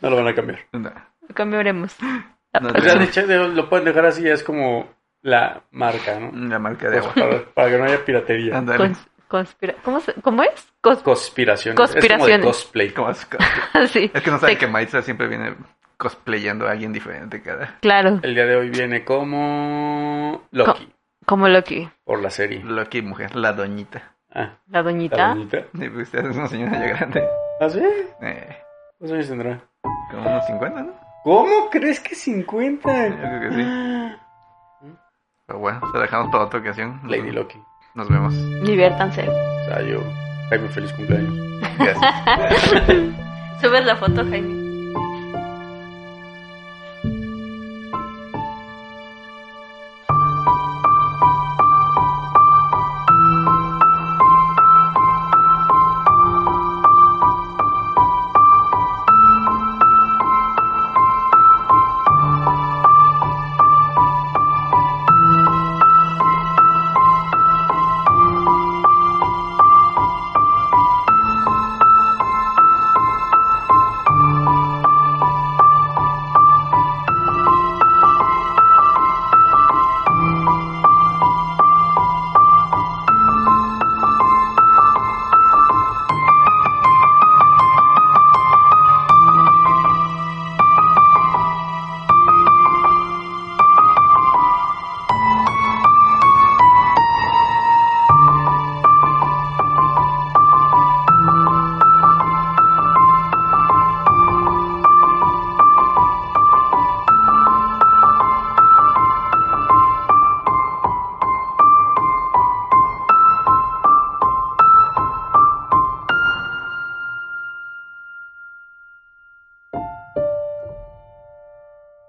[SPEAKER 1] no lo van a cambiar.
[SPEAKER 3] No,
[SPEAKER 2] Lo cambiaremos. La
[SPEAKER 3] No,
[SPEAKER 1] O sea,
[SPEAKER 2] próxima.
[SPEAKER 1] de hecho, de- lo pueden dejar así, es como la marca, ¿no?
[SPEAKER 3] la marca de
[SPEAKER 1] Pues <laughs>
[SPEAKER 3] agua.
[SPEAKER 1] para, para que no haya piratería.
[SPEAKER 3] Ándale.
[SPEAKER 2] Cons- conspira- ¿Cómo, se- cómo es? Cos-
[SPEAKER 1] Conspiraciones. Es como
[SPEAKER 2] Conspiraciones.
[SPEAKER 1] de cosplay.
[SPEAKER 3] ¿Cómo es?
[SPEAKER 2] <laughs> sí.
[SPEAKER 3] Es que no saben
[SPEAKER 2] Te-
[SPEAKER 3] que Maitza siempre viene cosplayando a alguien diferente cada
[SPEAKER 2] Claro,
[SPEAKER 1] El día de hoy viene como Loki,
[SPEAKER 2] como Loki.
[SPEAKER 1] por la serie.
[SPEAKER 3] Loki mujer, la doñita.
[SPEAKER 1] Ah,
[SPEAKER 2] La
[SPEAKER 1] la
[SPEAKER 2] doñita.
[SPEAKER 1] doñita.
[SPEAKER 3] Sí, pues, Usted es una señora ya grande.
[SPEAKER 1] ¿Ah, sí?
[SPEAKER 3] Eh,
[SPEAKER 1] ¿Cuántos años tendrá?
[SPEAKER 3] como unos 50, ¿no?
[SPEAKER 1] ¿Cómo crees que
[SPEAKER 3] Yo
[SPEAKER 1] 50?
[SPEAKER 3] creo que sí. Pero bueno, se la dejamos para otra ocasión.
[SPEAKER 1] <gasps> Lady Loki.
[SPEAKER 3] Nos vemos.
[SPEAKER 2] Diviértanse.
[SPEAKER 1] O sea, yo. Jaime, feliz cumpleaños.
[SPEAKER 3] Gracias.
[SPEAKER 2] Subes la foto, Jaime.